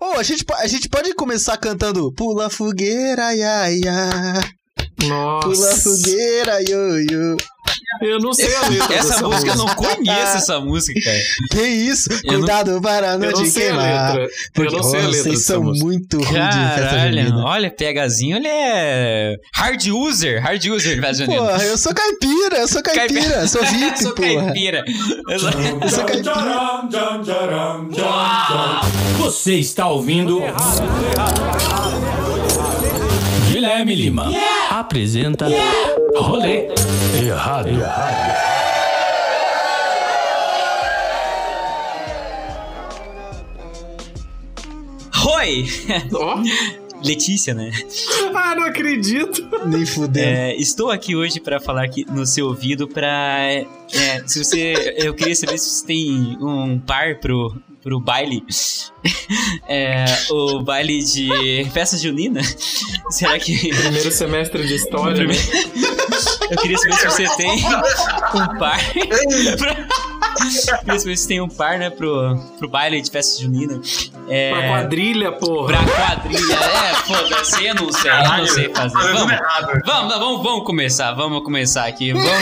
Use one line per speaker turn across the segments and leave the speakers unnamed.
Ô, a, gente, po- a gente pode começar cantando Pula fogueira, ia, ia. Pula
Nossa.
fogueira, io, io.
Eu não sei a letra.
Essa
dessa
música eu não conheço essa música, cara.
Que isso?
Eu não-
Cuidado para não
Eu não
te
sei a
queimar.
letra. Eu
Porque
não sei a
ó,
letra.
vocês
dessa
são
música.
muito ruins de festa
Caralho,
junina.
olha, pegazinho, ele é hard user, hard user de festa junina.
Porra, eu sou caipira, eu sou caipira, eu sou VIP,
Sou
porra.
caipira. Eu sou-
sou caipira.
Você está ouvindo. Guilherme Lima apresenta Rolê Errado.
Oi!
Ó.
Letícia, né?
Ah, não acredito.
Nem fudendo.
É, estou aqui hoje para falar aqui no seu ouvido para se você eu queria saber se você tem um par pro pro baile É, o baile de festa junina será que
Primeiro semestre de história. né?
Primeiro- eu queria saber se você tem um par pra- queria saber se tem um par né pro pro baile de festa junina É,
Pra quadrilha, porra.
Pra quadrilha, é, foda-se, eu não sei, eu não sei fazer. Vamos, vamos, vamos, vamos começar, vamos começar aqui,
É.
vamos.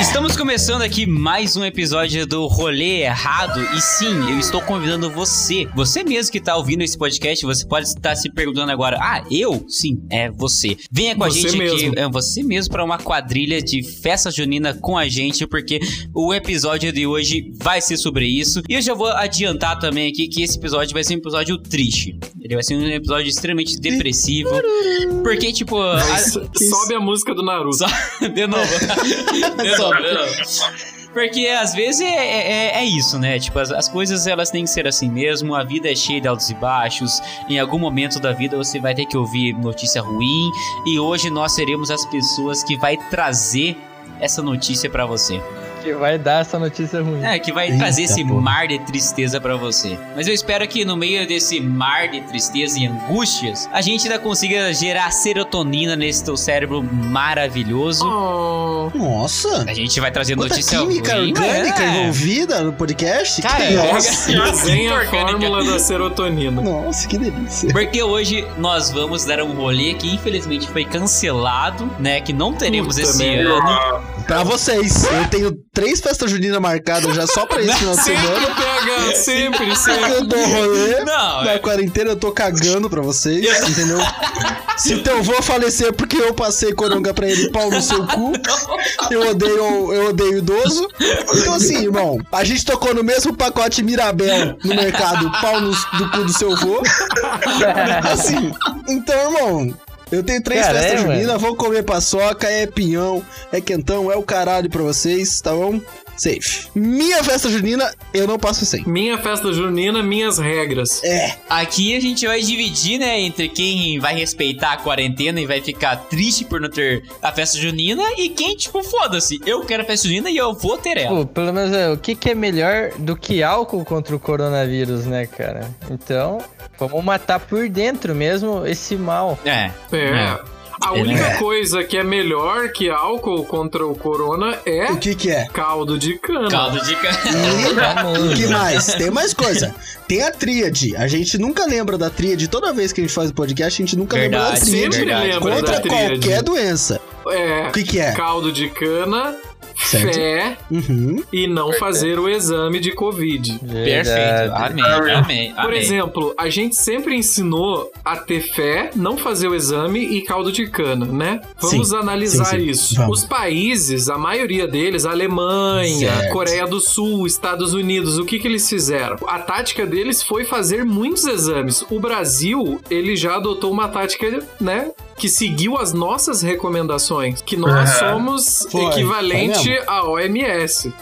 Estamos começando aqui mais um episódio do Rolê Errado, e sim, eu estou convidando você, você mesmo que tá ouvindo esse podcast, você pode estar se perguntando agora, ah, eu? Sim, é você. Venha com a
Você
gente
mesmo.
aqui, é você mesmo pra uma quadrilha de festa junina com a gente, porque o episódio de hoje vai ser sobre isso. E eu já vou adiantar também aqui que esse episódio vai ser um episódio triste. Ele vai ser um episódio extremamente depressivo. Porque, tipo. a-
Sobe a música do Naruto.
de novo. De novo. de novo. Porque às vezes é, é- é isso, né? Tipo, as, as coisas elas têm que ser assim mesmo. A vida é cheia de altos e baixos. Em algum momento da vida você vai ter que ouvir notícia ruim. E hoje nós seremos as pessoas que vai trazer essa notícia pra você.
Que vai dar essa notícia ruim.
É, que vai
Eita,
trazer esse
porra.
mar de tristeza pra você. Mas eu espero que no meio desse mar de tristeza e angústias, a gente ainda consiga gerar serotonina nesse teu cérebro maravilhoso.
Oh.
Nossa,
A gente vai trazer
quanta
notícia
química
ruim,
orgânica
né?
envolvida no podcast.
Cara,
que...
é-
Nossa,
Vem a
orgânica.
fórmula da serotonina.
nossa, que delícia.
Porque hoje nós vamos dar um rolê que infelizmente foi cancelado, né? Que não teremos
Puta
esse
merda.
ano.
Pra vocês, eu tenho três festas juninas marcadas já só pra esse final de semana.
Sempre pega, sempre, sempre.
Eu dou rolê.
Não,
Na quarentena eu tô cagando pra vocês, entendeu? Se teu avô falecer porque eu passei coronga pra ele, pau no seu cu. Eu odeio, eu odeio idoso. Então assim, irmão, a gente tocou no mesmo pacote Mirabel no mercado, pau no, do cu do seu avô. Assim, então, irmão, eu tenho três
Cara,
festas
é, mano.
juninas, vou comer paçoca, é pinhão, é quentão, é o caralho pra vocês, tá bom? Safe. Minha festa junina, eu não passo sem.
Minha festa junina, minhas regras.
É. aqui a gente vai dividir, né? Entre quem vai respeitar a quarentena e vai ficar triste por não ter a festa junina e quem, tipo, foda-se, eu quero a festa junina e eu vou ter ela.
Pô, pelo menos é, o que, que é melhor do que álcool contra o coronavírus, né, cara? Então, vamos matar por dentro mesmo esse mal.
É.
É. A
É,
única coisa que é melhor que álcool contra o corona é
O que que é?
caldo de cana.
Caldo de cana.
E o
Uhum.
que mais? Tem mais coisa. Tem a tríade. A gente nunca lembra da tríade. Toda vez que a gente faz o podcast, a gente é nunca
Verdade,
lembra da
Sempre
tríade.
verdade.
lembra
Contra
da tríade.
qualquer doença.
É,
O que que é?
caldo de cana,
Certo.
fé
Uhum.
e não fazer o exame de covid.
Perfeito. Amém, amém, amém.
Por exemplo, a gente sempre ensinou a ter fé, não fazer o exame e caldo de cana, né? Vamos analisar
sim, sim.
isso.
Vamos.
Os países, a maioria deles, Alemanha,
Certo.
Coreia do Sul, Estados Unidos, o que que eles fizeram? A tática deles foi fazer muitos exames. O Brasil, ele já adotou uma tática, né? Que seguiu as nossas recomendações, que nós somos
Foi,
equivalente
foi
à OMS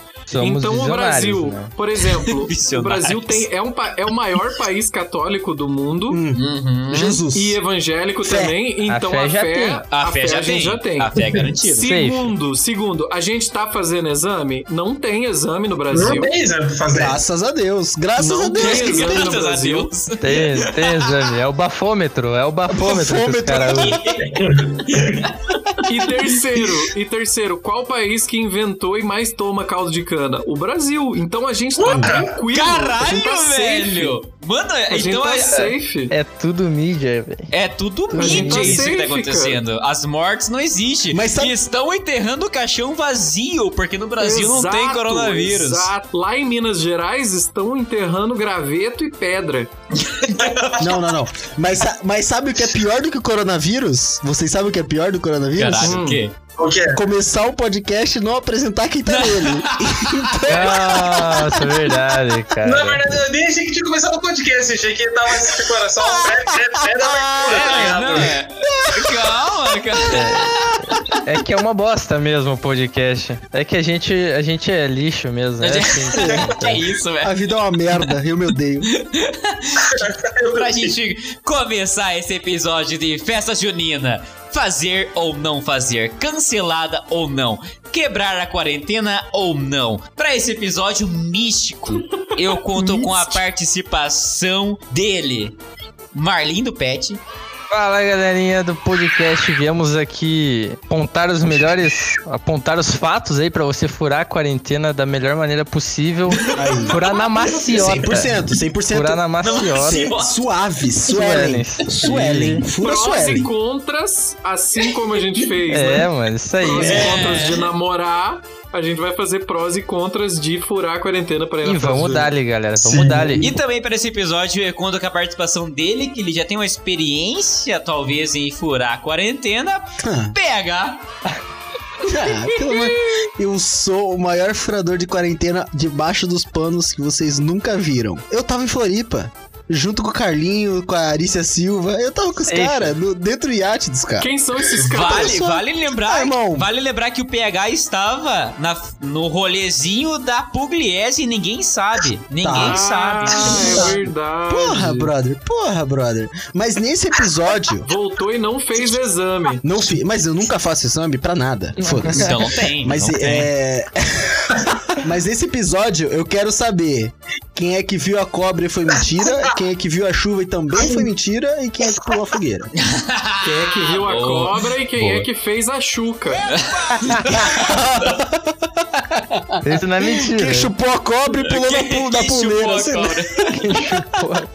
então o Brasil,
né?
por exemplo, o
né? Visionários.
Brasil tem, é, um, pa- é o maior país católico do mundo
Hum.
Uhum.
Jesus.
e evangélico
Fé.
também.
A
Então
fé
a
já
fé,
tem.
A fé já
a gente
tem.
já tem.
A fé é garantida.
Segundo, segundo, a gente tá fazendo exame? Não tem exame no Brasil.
Não tem exame pra fazer.
Graças a Deus. Graças
Não
a Deus.
tem
que
exame no
Graças a
Brasil.
Deus.
Tem, tem exame. É o bafômetro. É o bafômetro, que os
Bafômetro.
caras usam.
E terceiro, e terceiro, qual país que inventou e mais toma caldo de Sul-Americana? O Brasil. Então a gente tá tranquilo. a
Caralho,
gente tá
velho!
Safe.
Mano,
A gente
então
tá
é,
safe.
É tudo mídia, velho.
é tudo
A gente tá
mídia isso que tá
safe,
acontecendo. As mortes não existem.
Mas sabe-
E estão enterrando o caixão vazio, porque no Brasil não tem
Exato,
coronavírus.
Exato. Lá em Minas Gerais estão enterrando graveto e pedra.
Não, não, não. Mas, sa- mas sabe o que é pior do que o coronavírus? Vocês sabem o que é pior do coronavírus?
Caralho,
Hum.
o quê?
O que é?
Começar o podcast e não apresentar quem tá nele.
Nossa, é verdade, cara.
Na verdade, eu nem achei que tinha começado o podcast, eu achei que ele tava nessa decoração.
É, não, é. Calma, cara.
É que é uma bosta mesmo o podcast. É que a gente, a gente é lixo mesmo. É assim
que isso, velho.
A vida é uma merda, eu me odeio.
Pra gente começar esse episódio de festa junina. Fazer ou não fazer, cancelada ou não, quebrar a quarentena ou não. Pra esse episódio místico, eu conto com a participação dele, Marlindo Pet.
Fala galerinha do podcast, viemos aqui apontar os melhores, apontar os fatos aí pra você furar a quarentena da melhor maneira possível. Furar na maciota.
100%, 100%.
Furar é. na maciota.
Suave, Suelen.
Suelen.
Suelen. Fura
Prós e
Suelen.
contras, assim como a gente fez,
É,
né?
mano, isso É. aí.
Prós
mano.
e contras de namorar. A gente vai fazer prós e contras de furar a quarentena pra ir
E
na
vamos
festa
dali, galera.
Sim.
Vamos dali.
E também para esse episódio eu conto com a participação dele, que ele já tem uma experiência, talvez, em furar a quarentena.
Ah,
PH.
ah, pelo amor- Eu sou o maior furador de quarentena debaixo dos panos que vocês nunca viram. Eu tava em Floripa. Junto com o Carlinho, com a Arícia Silva. Eu tava com os
Eita.
caras, dentro do iate dos caras.
Quem são esses caras?
Vale, vale lembrar,
Ah, irmão.
vale lembrar que o PH estava na- no rolezinho da Pugliese e ninguém sabe. Ninguém
Tá.
sabe.
né?
Ah, é verdade.
Porra, brother, porra, brother. Mas nesse episódio,
Voltou e não fez exame.
não fi, mas eu nunca faço exame pra nada. Foda-se.
Então não tem.
Mas
não tem.
é. Mas nesse episódio eu quero saber quem é que viu a cobra e foi mentira, quem é que viu a chuva e também foi mentira, e quem é que pulou a fogueira.
Quem é que viu a
Ah, Boa.
cobra e quem
Boa.
é que fez a chuca?
Isso não é mentira.
Quem chupou a cobra e pulou na, pu- na
Quem chupou
puleira.
a
sei lá.
cobra?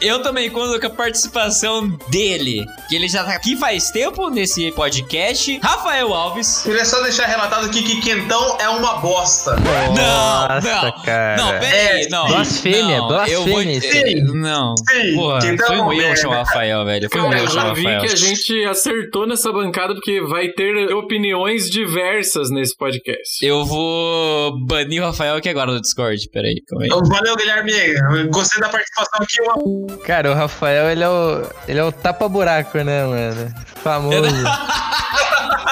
Eu também conto com a participação dele, que ele já tá aqui faz tempo nesse podcast. Rafael Alves.
Queria só deixar relatado aqui que Quentão é uma bosta.
Não,
Nossa,
não.
cara.
Não, peraí,
É,
não.
Blasfêmia,
não,
blasfêmia
Eu vou...
isso
aí.
Não.
Sim,
Porra,
então,
foi um erro
merda.
chamar Rafael, velho. Foi um
Cara, é, né? eu
erro chamar
já vi
Rafael.
que a gente acertou nessa bancada porque vai ter opiniões diversas nesse podcast.
Eu vou banir o Rafael aqui agora do Discord. Peraí, calma aí.
Então, Valeu, Guilherme. Eu Gostei da participação aqui. Um Uma...
Cara, o Rafael, ele é o, ele é o tapa-buraco, né, mano? Famoso.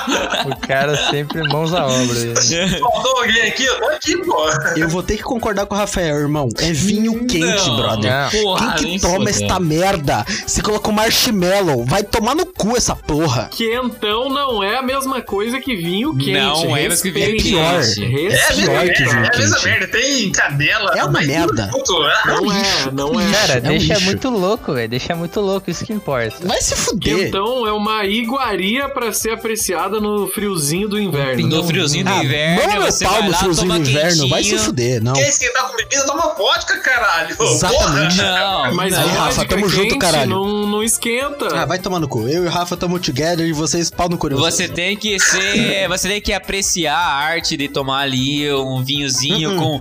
o cara sempre mãos à obra. Ele.
Faltou alguém aqui? Eu tô aqui, pô.
Eu vou ter que concordar com o Rafael, irmão. É vinho quente,
Não.
brother.
Ah,
Porra,
Quem
nem
que toma
fudendo.
esta merda? Você colocou marshmallow. Vai tomar no cu essa porra.
Quentão não é a mesma coisa que vinho quente.
Não é mais que vinho
Respeita,
pior.
gente.
É
Respeita.
pior que vinho
É a mesma
quente.
merda. Tem canela.
É uma
mas tudo
merda.
junto, né?
Não é, não é.
Cara,
um É um
deixa
lixo.
muito louco, velho. Deixa muito louco, isso que importa.
Vai se fuder.
Quentão é uma iguaria pra ser apreciada no friozinho do inverno.
No friozinho do
Ah,
inverno,
manda meu
você vai
pau no
lá,
friozinho
toma
do inverno. Vai se
quentinho.
fuder, não.
Quer esquentar com bebida? Toma vodka, caralho.
Exatamente.
Não,
Mas
não.
aí, Rafa,
vodka
tamo junto,
quente
caralho.
Não, não esquenta.
Ah, vai tomar no cu. Eu e o Rafa tamo together e vocês pau no cu. de vocês.
Você tá- tem que ser. Você tem que apreciar a arte de tomar ali um vinhozinho
Uhum.
com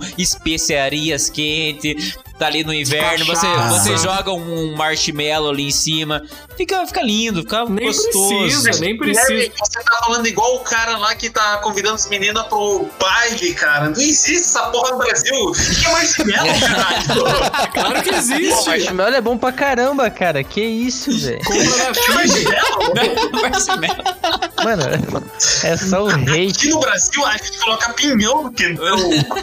especiarias quentes. Tá ali no inverno, você,
Cachaça.
você joga um marshmallow ali em cima. Fica, fica lindo, fica
Nem
gostoso.
precisa, nem precisa.
Guilherme, você tá falando igual o cara lá que tá convidando as meninas pro baile, cara. Não existe essa porra no Brasil. Que é marshmallow, caralho?
Claro que
Pô,
existe.
marshmallow é bom pra caramba, cara. Que isso, velho.
Compra na
Que é
China.
marshmallow?
Marshmallow.
Mano, é só o
Aqui
hate.
no Brasil, a gente coloca pinhão no quentão.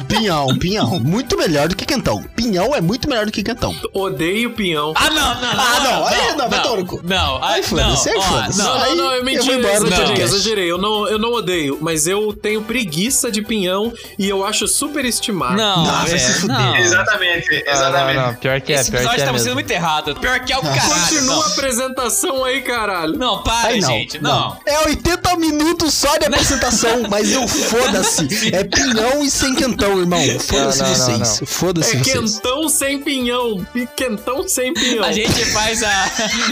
Pinhão, pinhão. Muito melhor do que quentão. Pinhão é muito melhor do que quentão.
Odeio pinhão.
Ah, não, não, não.
Ah, não, aí não, vai tomar no
não,
cu.
não,
Aí
aí
foda-se, aí
não, ó,
foda-se.
não.
Não, é
Aí
não, eu menti,
eu vou embora do
exagerei,
podcast.
exagerei. Eu não, eu não odeio, mas eu tenho preguiça de pinhão e eu acho super estimado.
Não,
Não, vai
velho,
se fuder.
não.
Exatamente,
Não, não,
exatamente.
não, pior que é,
Esse
pior
episódio
que é
tá sendo
mesmo.
muito errado. Pior que é o caralho.
Continua a
não.
apresentação aí, caralho.
Não, para,
Aí não,
gente. Não.
É o 80 minutos só de apresentação, mas eu foda-se. É pinhão e sem quentão, irmão. Foda-se
Não, não, não,
vocês. Foda-se
É
vocês.
quentão sem pinhão. E Quentão sem pinhão.
A gente faz a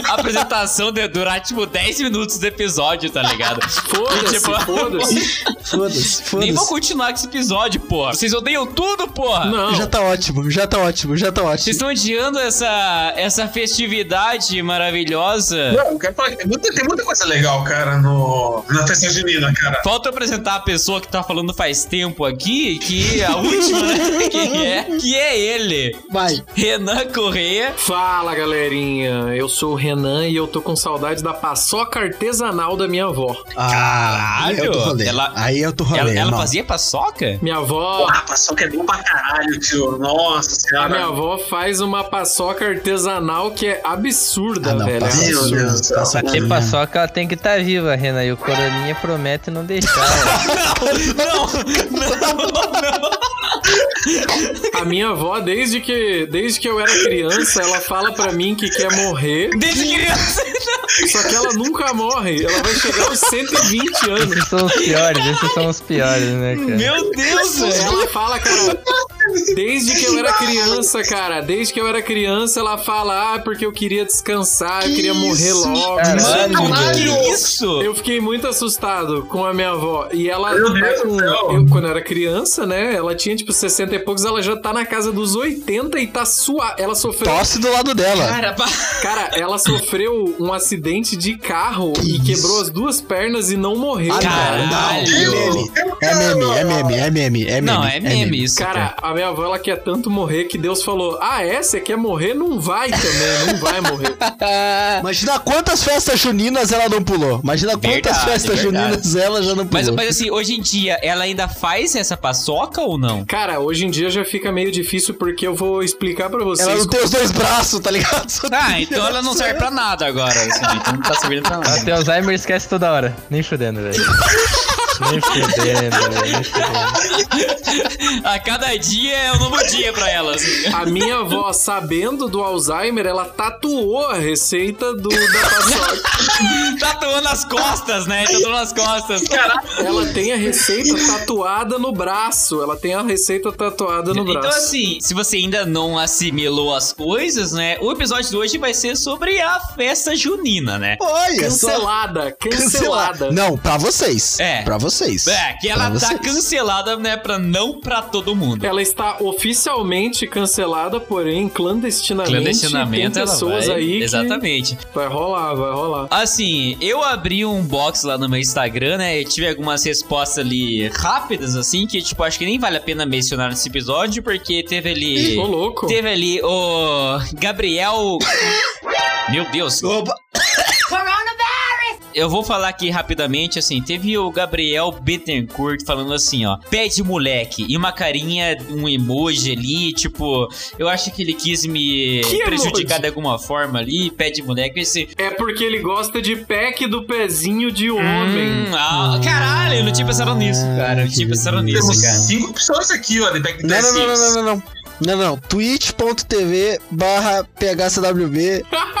a apresentação de, durar, tipo, 10 minutos do episódio, tá ligado?
Foda-se,
Tipo-
foda-se.
Foda-se,
Nem vou
foda-se.
continuar com esse episódio, porra. Vocês odeiam tudo, porra.
Não.
Já tá ótimo, já tá ótimo, já tá
Vocês
ótimo.
estão adiando essa, essa festividade maravilhosa.
Não, eu quero falar que tem muita, tem muita coisa legal, cara, no, na festa junina, cara.
Falta apresentar a pessoa que tá falando faz tempo aqui, que é a última, né? Que é, que é ele,
Vai.
Renan Correia.
Fala galerinha, eu sou o Renan e eu tô com saudades da paçoca artesanal da minha avó.
Ah,
Caralho,
eu tô rolê.
ela-
Aí eu tô rolê,
Ela, ela
irmão.
fazia paçoca?
Minha avó,
Porra, passou que é bom pra caralho, tio. Nossa
a minha
senhora.
avó faz uma paçoca artesanal que é absurda,
Ah, não,
velho. É
passa-
Meu Deus do céu.
Passa
Pra ter
aqui.
paçoca, ela tem que estar viva, Renan. E o Coroninha promete não deixar.
Não, não, não.
A minha avó, desde que, desde que eu era criança, ela fala pra mim que quer morrer,
Desde criança.
só que ela nunca morre. Ela vai chegar aos 120 anos.
Esses são os piores, esses são os piores, né, cara?
Meu Deus, velho.
Ela fala, cara, desde que eu era criança, cara, desde que eu era criança, ela fala, ah, porque eu queria descansar, eu queria morrer logo.
cara.
Mano, que
Caralho.
isso?
Eu fiquei muito assustado com a minha avó. E ela
Meu
tá
Deus do
com-
céu.
eu, quando eu era criança, né? Ela tinha tipo 60 e poucos, ela já tá na casa dos 80 e tá sua. Ela sofreu.
Tosse do lado dela.
Cara, pá.
Cara, ela sofreu um acidente de carro e
Isso.
quebrou as duas pernas e não morreu.
Ah,
cara.
não, não. É meme, é meme, é meme, é meme.
Não, é meme isso.
Cara, a minha avó ela quer tanto morrer que Deus falou: Ah, é? Você quer morrer? Não vai também, não vai morrer.
É. Imagina quantas festas juninas ela não pulou. Imagina quantas
Verdade,
festas
verdade.
juninas ela já não
Mas,
pulou.
mas assim, hoje em dia, ela ainda faz essa paçoca ou não?
Cara, hoje em dia já fica meio difícil porque eu vou explicar pra vocês.
ela não tem os dois braços, tá ligado? Só
Ah,
tem-
então ela não serve pra nada agora. assim, então não tá servindo pra
Ela
nada.
tem Alzheimer e esquece toda hora. Nem fudendo, velho. Nem fudendo, velho. Nem fudendo.
A cada dia é um novo dia pra ela. assim.
A minha avó, sabendo do Alzheimer, ela tatuou a receita do, da paçoca.
Tatuando as Tá costas, né? Tatuando as costas.
Ela tem a receita tatuada no braço. Ela tem a receita tatuada no
Então,
braço.
assim, se você ainda não assimilou as coisas, né? O episódio de hoje vai ser sobre a festa junina, né?
Olha é só.
Cancelada, cancelada.
Não, pra vocês.
É.
Pra vocês.
É, que ela
Pra
tá
vocês.
cancelada, né? Pra não pra todo mundo.
Ela está oficialmente cancelada, porém clandestinamente.
Clandestinamento,
tem
ela
pessoas
vai...
aí
Exatamente.
que vai rolar, vai rolar.
Assim, eu abri um box lá no meu Instagram, né? Eu tive algumas respostas ali rápidas, assim, que, tipo, acho que nem vale a pena mencionar nesse episódio, porque teve ali.
Ô louco.
Teve ali o Gabriel. Meu Deus.
Opa.
Eu vou falar aqui rapidamente, assim. Teve o Gabriel Bettencourt falando assim, ó. Pé de moleque. E uma carinha, um emoji ali, tipo. Eu acho que ele quis me
Que
prejudicar
emoji?
de alguma forma ali. Pé de moleque. Esse,
É porque ele gosta de pack do pezinho de homem.
Hum, ah, caralho, eu não tinha pensado nisso, cara. Eu não tinha pensado nisso,
Temos
cara.
cinco opções aqui, ó, de Back to
Não,
the
não, não,
Six.
não, não, não, não. Não, não. twitch.tv barra phcwb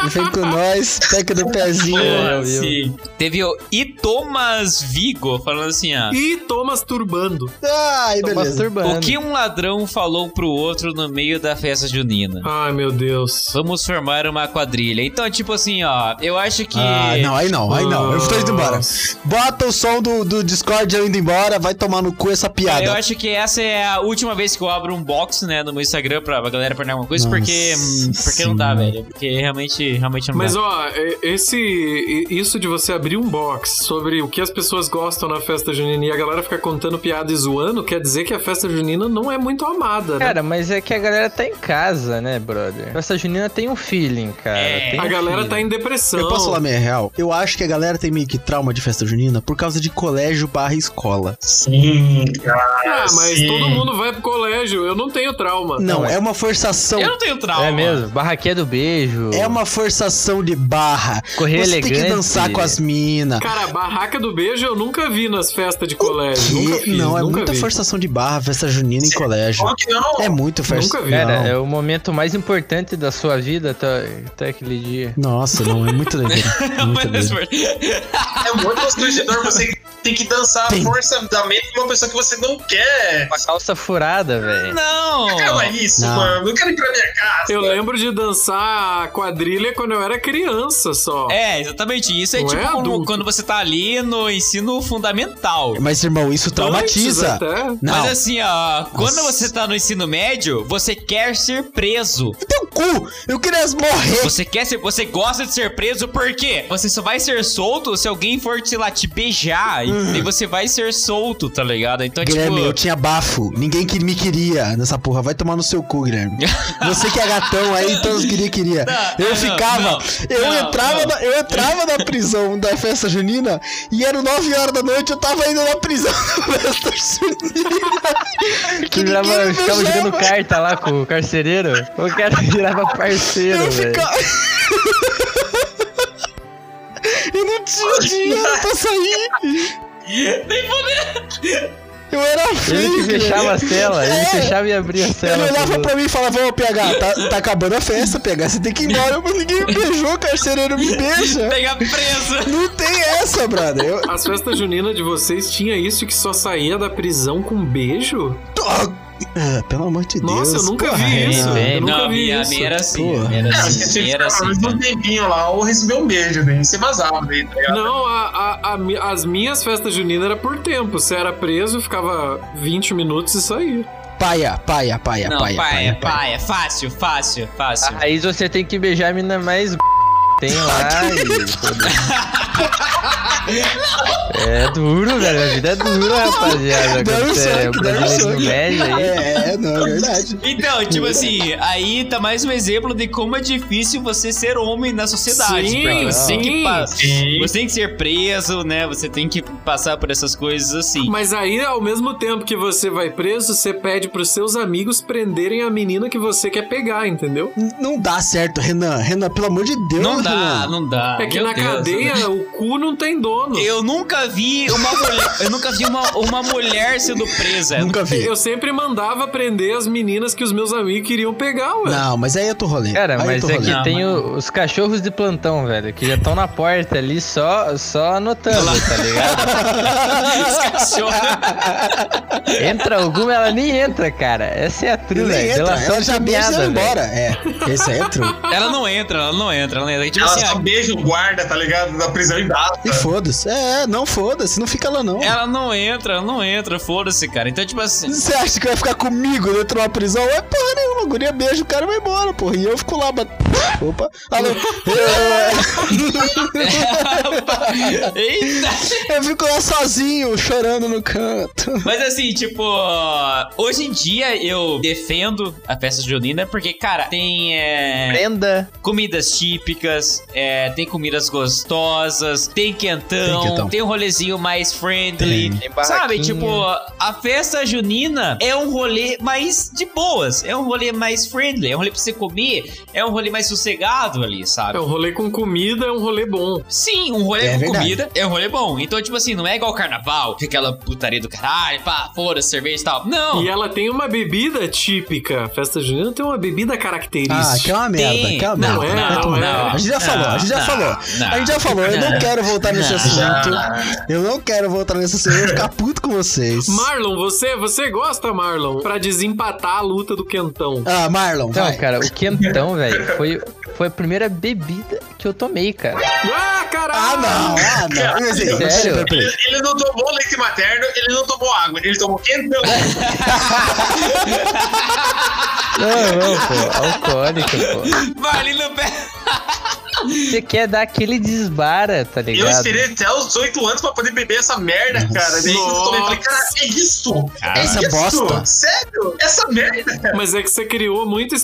e vem com nós, peca do pezinho.
Pô,
eu, eu.
sim. Teve o e Thomas Vigo falando assim, ó.
E tô masturbando.
Ai,
Tô
beleza.
masturbando.
O que um ladrão falou pro outro no meio da festa junina?
Ai, meu Deus.
Vamos formar uma quadrilha. Então, tipo assim, ó, eu acho que.
Ah, não, aí não, aí não. Eu tô indo embora.
Nossa.
Bota o som do, do Discord eu indo embora, vai tomar no cu essa
Eu
piada.
acho que essa é a última vez que eu abro um box, né, no meu Instagram pra pra galera perder alguma coisa,
Nossa
porque. hum, Porque não dá,
senhora.
velho. Porque realmente, realmente não
Mas
dá.
ó, e- esse e- isso de você abrir um box sobre o que as pessoas gostam na festa junina e a galera ficar contando piada e zoando, quer dizer que a festa junina não é muito amada, né?
Cara, mas é que a galera tá em casa, né, brother? Festa junina tem um feeling, cara.
É.
tem
a
um
galera
feeling.
tá em depressão.
Eu posso falar minha real? Eu acho que a galera tem meio que trauma de festa junina por causa de colégio barra escola.
Sim, cara.
Ah, mas
Sim.
todo mundo vai pro colégio, eu não tenho trauma.
Não,
Não, é.
é uma forçação.
Eu não tenho trauma.
É mesmo, barraquinha do beijo.
É uma forçação de barra.
Correr
Você tem que
elegante.
dançar com as minas.
Cara, a barraca do beijo eu nunca vi nas festas de colégio. Nunca fiz,
não, é
nunca
muita
vi.
forçação de barra, festa junina em colégio.
Só que não.
É muito festa.
Nunca vi.
Cara,
Não.
é o momento mais importante da sua vida até, até aquele dia.
Nossa, não, é muito doideira. muito doideira.
É muito constrangedor. Você tem que dançar
Tem.
forçadamente com uma pessoa que você não quer.
Uma calça furada, velho.
Não!
é.
Acaba isso,
Não.
mano. Eu quero ir pra minha casa.
Eu lembro de dançar quadrilha quando eu era criança só.
É, exatamente. Isso é
Não é
tipo como
adulto.
quando você tá ali no ensino fundamental.
Mas, irmão, isso traumatiza.
Antes até.
Não,
Mas assim, ó, quando
Nossa.
você tá no ensino médio, você quer ser preso.
teu cu! Eu queria morrer!
Você quer ser. Você gosta de ser preso por quê? Você só vai ser solto se alguém for te lá te beijar.
Hum.
E você vai ser solto, tá ligado? Então,
Guilherme, eu
tipo.
tinha bafo. Ninguém que me queria nessa porra. Vai tomar no seu cu, Guilherme. Você que é gatão aí, todos queria, queria.
Não,
eu
não,
ficava.
não,
eu,
não,
entrava
não.
Na, eu entrava na prisão da festa junina e era 9 horas da noite, eu tava indo na prisão da festa junina.
Que virava,
ninguém me
ficava
beijava.
jogando carta lá com o carcereiro. O cara virava parceiro,
Eu
velho.
ficava. eu não tinha dinheiro pra sair. Eu era feio.
Ele que
Guilherme.
fechava a cela, ele
É.
fechava e abria a
Ele
cela.
olhava pra mim e falava, ô PH, tá, tá acabando a festa, PH, você tem que ir embora, mas ninguém me beijou, carcereiro me beija.
Pegar preso!
Não tem essa, brother. Eu...
As festas juninas de vocês tinha isso que só saía da prisão com beijo?
Ah, pelo amor de Deus.
Nossa, eu nunca
porra,
vi
é,
isso.
mano.
eu nunca
não, a
vi
minha, a
isso.
minha era assim.
Porra.
A minha era
Não,
assim.
você
a minha era
fica
assim.
pelo menos um tempinho lá ou receber um beijo, bem. Você vazava daí,
Tipo
tá ligado?
Não, a- a- a mi- as minhas festas juninas era por tempo. Você era preso, ficava 20 minutos e saía.
Paia, paia, paia,
Não,
paia,
pai, é
paia, paia.
pai, é fácil, fácil,
A
fácil.
raiz você tem que beijar a mina mais b... tem lá e... É duro, velho. A vida é dura, rapaziada.
Deu
Quando você
certo,
é o
deu certo.
brasileiro no médio aí.
É, é, não, é verdade.
Então, tipo assim, aí tá mais um exemplo de como é difícil você ser homem na sociedade.
Sim,
porque você tem que
sim.
pa-
Sim.
Você tem que ser preso, né? Você tem que passar por essas coisas assim.
Mas aí, ao mesmo tempo que você vai preso, você pede pros seus amigos prenderem a menina que você quer pegar, entendeu?
N- Não dá certo, Renan. Renan, pelo amor de Deus,
não dá,
Renan.
não dá.
é que
Meu
na
Deus. né?
né?
cadeia o cu não tem dono.
Eu nunca vi uma mulher. Eu nunca vi uma, uma mulher sendo
é
presa.
Nunca vi.
Eu sempre mandava prender as meninas que os meus amigos queriam pegar, ué.
Não, mas aí eu tô rolê.
Cara,
aí eu
mas
tô
é
rolê.
que
rolando.
tem
Não,
o- os cachorros de plantão, velho, que já estão na porta ali só, só anotando, tá ligado?
Cachorro.
Entra alguma, ela nem entra, cara. Essa é a trilha,
Nem
velho.
entra,
Delação
ela já beija e vai
premiada, velho.
embora. É, esse aí é true.
Ela não entra, ela não entra, ela não entra. Tipo
Ela
assim,
só
ó,
beija o guarda, tá ligado? Da prisão em data.
E foda-se. É, não foda-se, não fica lá não.
É,
ela não entra, ela não entra, foda-se, cara. Então, tipo assim.
Você acha que vai ficar comigo dentro de uma prisão? É porra nenhuma, a guria beija o cara e vai embora, porra. E eu fico lá, bat... Opa, alô.
Eita!
É, Eu fico lá sozinho, chorando no canto.
Mas assim, tipo, hoje em dia eu defendo a festa junina porque, cara, tem é,
Prenda.
comidas típicas, é, tem comidas gostosas, tem quentão,
Tem
tem,
quentão.
um rolezinho mais friendly.
Tem.
Tem barraquinha.
Sabe, tipo, a festa junina é um rolê mais de boas, é um rolê mais friendly, é um rolê pra você comer, é um rolê mais sossegado ali, sabe?
É um rolê com comida, é um rolê bom.
Sim, um rolê
É
com
verdade.
comida é um rolê bom. Então, tipo assim, não é igual carnaval, que aquela putaria do caralho, pá, fora, cerveja e tal. Não!
E ela tem uma bebida típica. Festa junina tem uma bebida
Ah, que é
característica.
uma merda,
Tem.
que é uma
Não,
merda.
é,
Vai tomar.
não, é.
A gente já
Não,
falou, a gente já
não,
falou.
não.
a gente já falou, eu não
Não.
quero voltar nesse
Não.
assunto. Eu não quero voltar nesse assunto, eu vou ficar puto com vocês.
Marlon, você, você gosta, Marlon, Pra desempatar a luta do quentão.
Ah, Marlon,
Então,
vai.
cara, o quentão, velho, foi, foi a primeira bebida que eu tomei, cara.
Ah,
Ah,
caralho!
não, ah, não. Mas, aí, mas peraí, peraí,
Sério?
peraí.
Ele, ele não tomou leite materno, ele não tomou água, ele tomou quentão.
Não, não, pô. Alcoólico, pô.
é-
Vai ali no pé.
você quer dar aquele desbara, tá
Eu
ligado?
esperei até os 18 anos pra poder beber essa merda, cara. Daí eu tomei e falei, cara, é isso? É
Essa
isso?
bosta.
Sério? Essa merda?
Mas é que você criou muita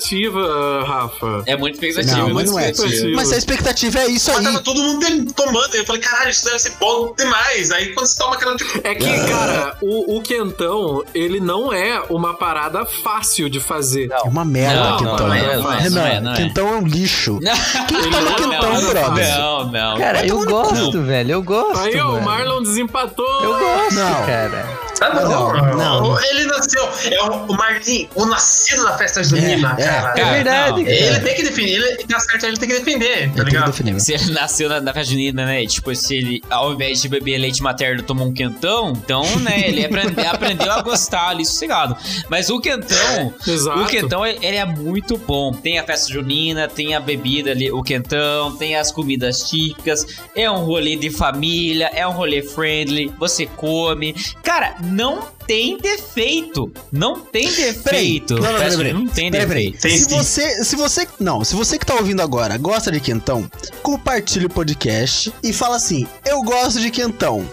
expectativa, Rafa.
É muito expectativa.
Não, mas não é.
expectativa.
Mas a expectativa é isso
Mas
aí.
tava todo mundo tem- tomando. Eu falei, caralho, isso deve ser bom demais. Aí quando você toma aquela tipo.
É que, cara, o, o quentão, ele não é uma parada fácil de fazer.
É uma merda,
Não,
Quentão.
não, não é, não é,
Renan,
não é, não é.
Quentão é um lixo. Quem toma
não, é
Quentão,
não,
brother?
Não, não.
Cara, eu
tomar no
gosto, velho. Eu gosto.
Aí, ó, o
mano.
Marlon desempatou.
Eu gosto,
Não.
cara.
Ah, não,
Não, não.
Ele nasceu. É o o Marlin, o nascido da festa junina,
É, é.
cara.
É
Cara,
verdade,
não.
cara.
Ele tem que definir, ele tá certo, ele tem que defender, tá
É tudo
ligado?
definível.
Se ele nasceu na, na festa junina, né? Tipo, se ele, ao invés de beber leite materno, tomou um quentão, então, né, ele aprende- aprendeu a gostar ali, sossegado. Mas o quentão,
Exato.
o quentão, ele ele é muito bom. Tem a festa junina, tem a bebida ali, o quentão, tem as comidas típicas, é um rolê de família, é um rolê friendly, você come. Cara, não tem defeito. Não tem defeito.
Não, não, não,
Festa
peraí,
junina não tem
peraí, peraí.
defeito.
Tem
Se
sim.
você, se você, não, se você que tá ouvindo agora gosta de Quentão, compartilha o podcast e fala assim: "Eu gosto de Quentão".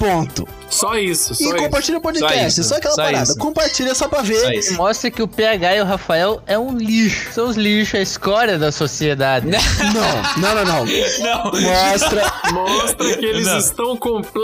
Ponto.
Só isso,
E
só isso.
compartilha o podcast,
isso,
é só aquela
só
parada.
isso.
Compartilha só pra
Só
ver.
isso.
Mostra que o PH e o Rafael é um lixo. São os lixos, é a escória da sociedade.
Não, não, não, não.
Não.
Mostra,
Mostra que eles
Não.
estão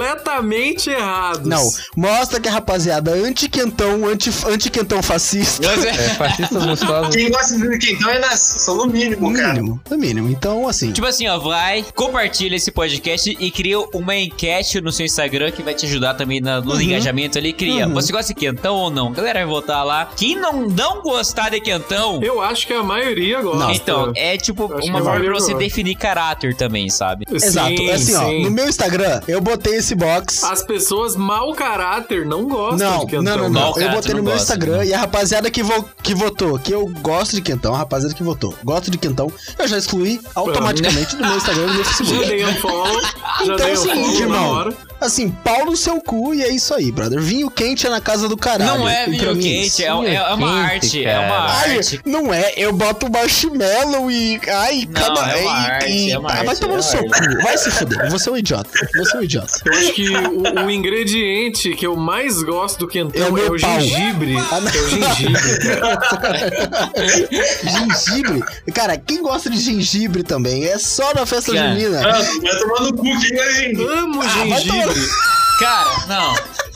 completamente errados.
não, mostra que a rapaziada anti-Quentão, anti- anti-Quentão fascista,
É, fascistas gostosos.
Quem gosta de quentão é nascido, só no
no
mínimo, cara.
mínimo, no mínimo. Então, assim,
Tipo assim, ó, vai, compartilha esse podcast e cria uma enquete no seu Instagram que vai te ajudar também na- no engajamento ali. Cria, você gosta de quentão ou não? Galera, vai votar lá. Quem não, não gostar de quentão,
Eu acho que a maioria gosta.
então, é tipo
Acho que
uma forma
valeu
pra você
agora.
definir caráter também, sabe?
Sim,
exato, assim, ó,
sim.
no meu Instagram eu botei esse box
As pessoas mau caráter não gostam
Não,
de
não,
quentão. né?
não,
Não,
não.
cara,
eu
tu
botei
não
no meu
gosta,
Instagram
não.
e a rapaziada que, vo- que votou, que eu gosto de quentão, a rapaziada que votou, gosto de quentão, eu já excluí automaticamente do meu Instagram e do meu
Já
Facebook.
dei um follow. já
Então
dei
é
um
o seguinte,
follow na
irmão.
hora.
Assim, pau no seu cu e é isso aí, brother. Vinho quente é na casa do caralho. um
não é
E pra
vinho
mim,
quente, é, é- é uma
Vinho
arte,
quente,
é uma
cara.
Ai,
arte.
não é, eu boto marshmallow e. Ai,
Não,
calma
é uma
e-
arte,
e-
é uma
ah, Vai
arte, é
tomar
uma
no seu cu, vai se fuder. Você é um idiota, você é um idiota.
Eu acho que o, o ingrediente que eu mais gosto do
É
quentão é,
meu
o
pau.
gengibre.
Ah, não.
É o gengibre, cara.
gengibre? Cara, quem gosta de gengibre também? É só na festa
Cara,
junina.
Ah, Vai tomar no cu, quem gosta de gengibre?
Amo
vai
gengibre.
Cara, não.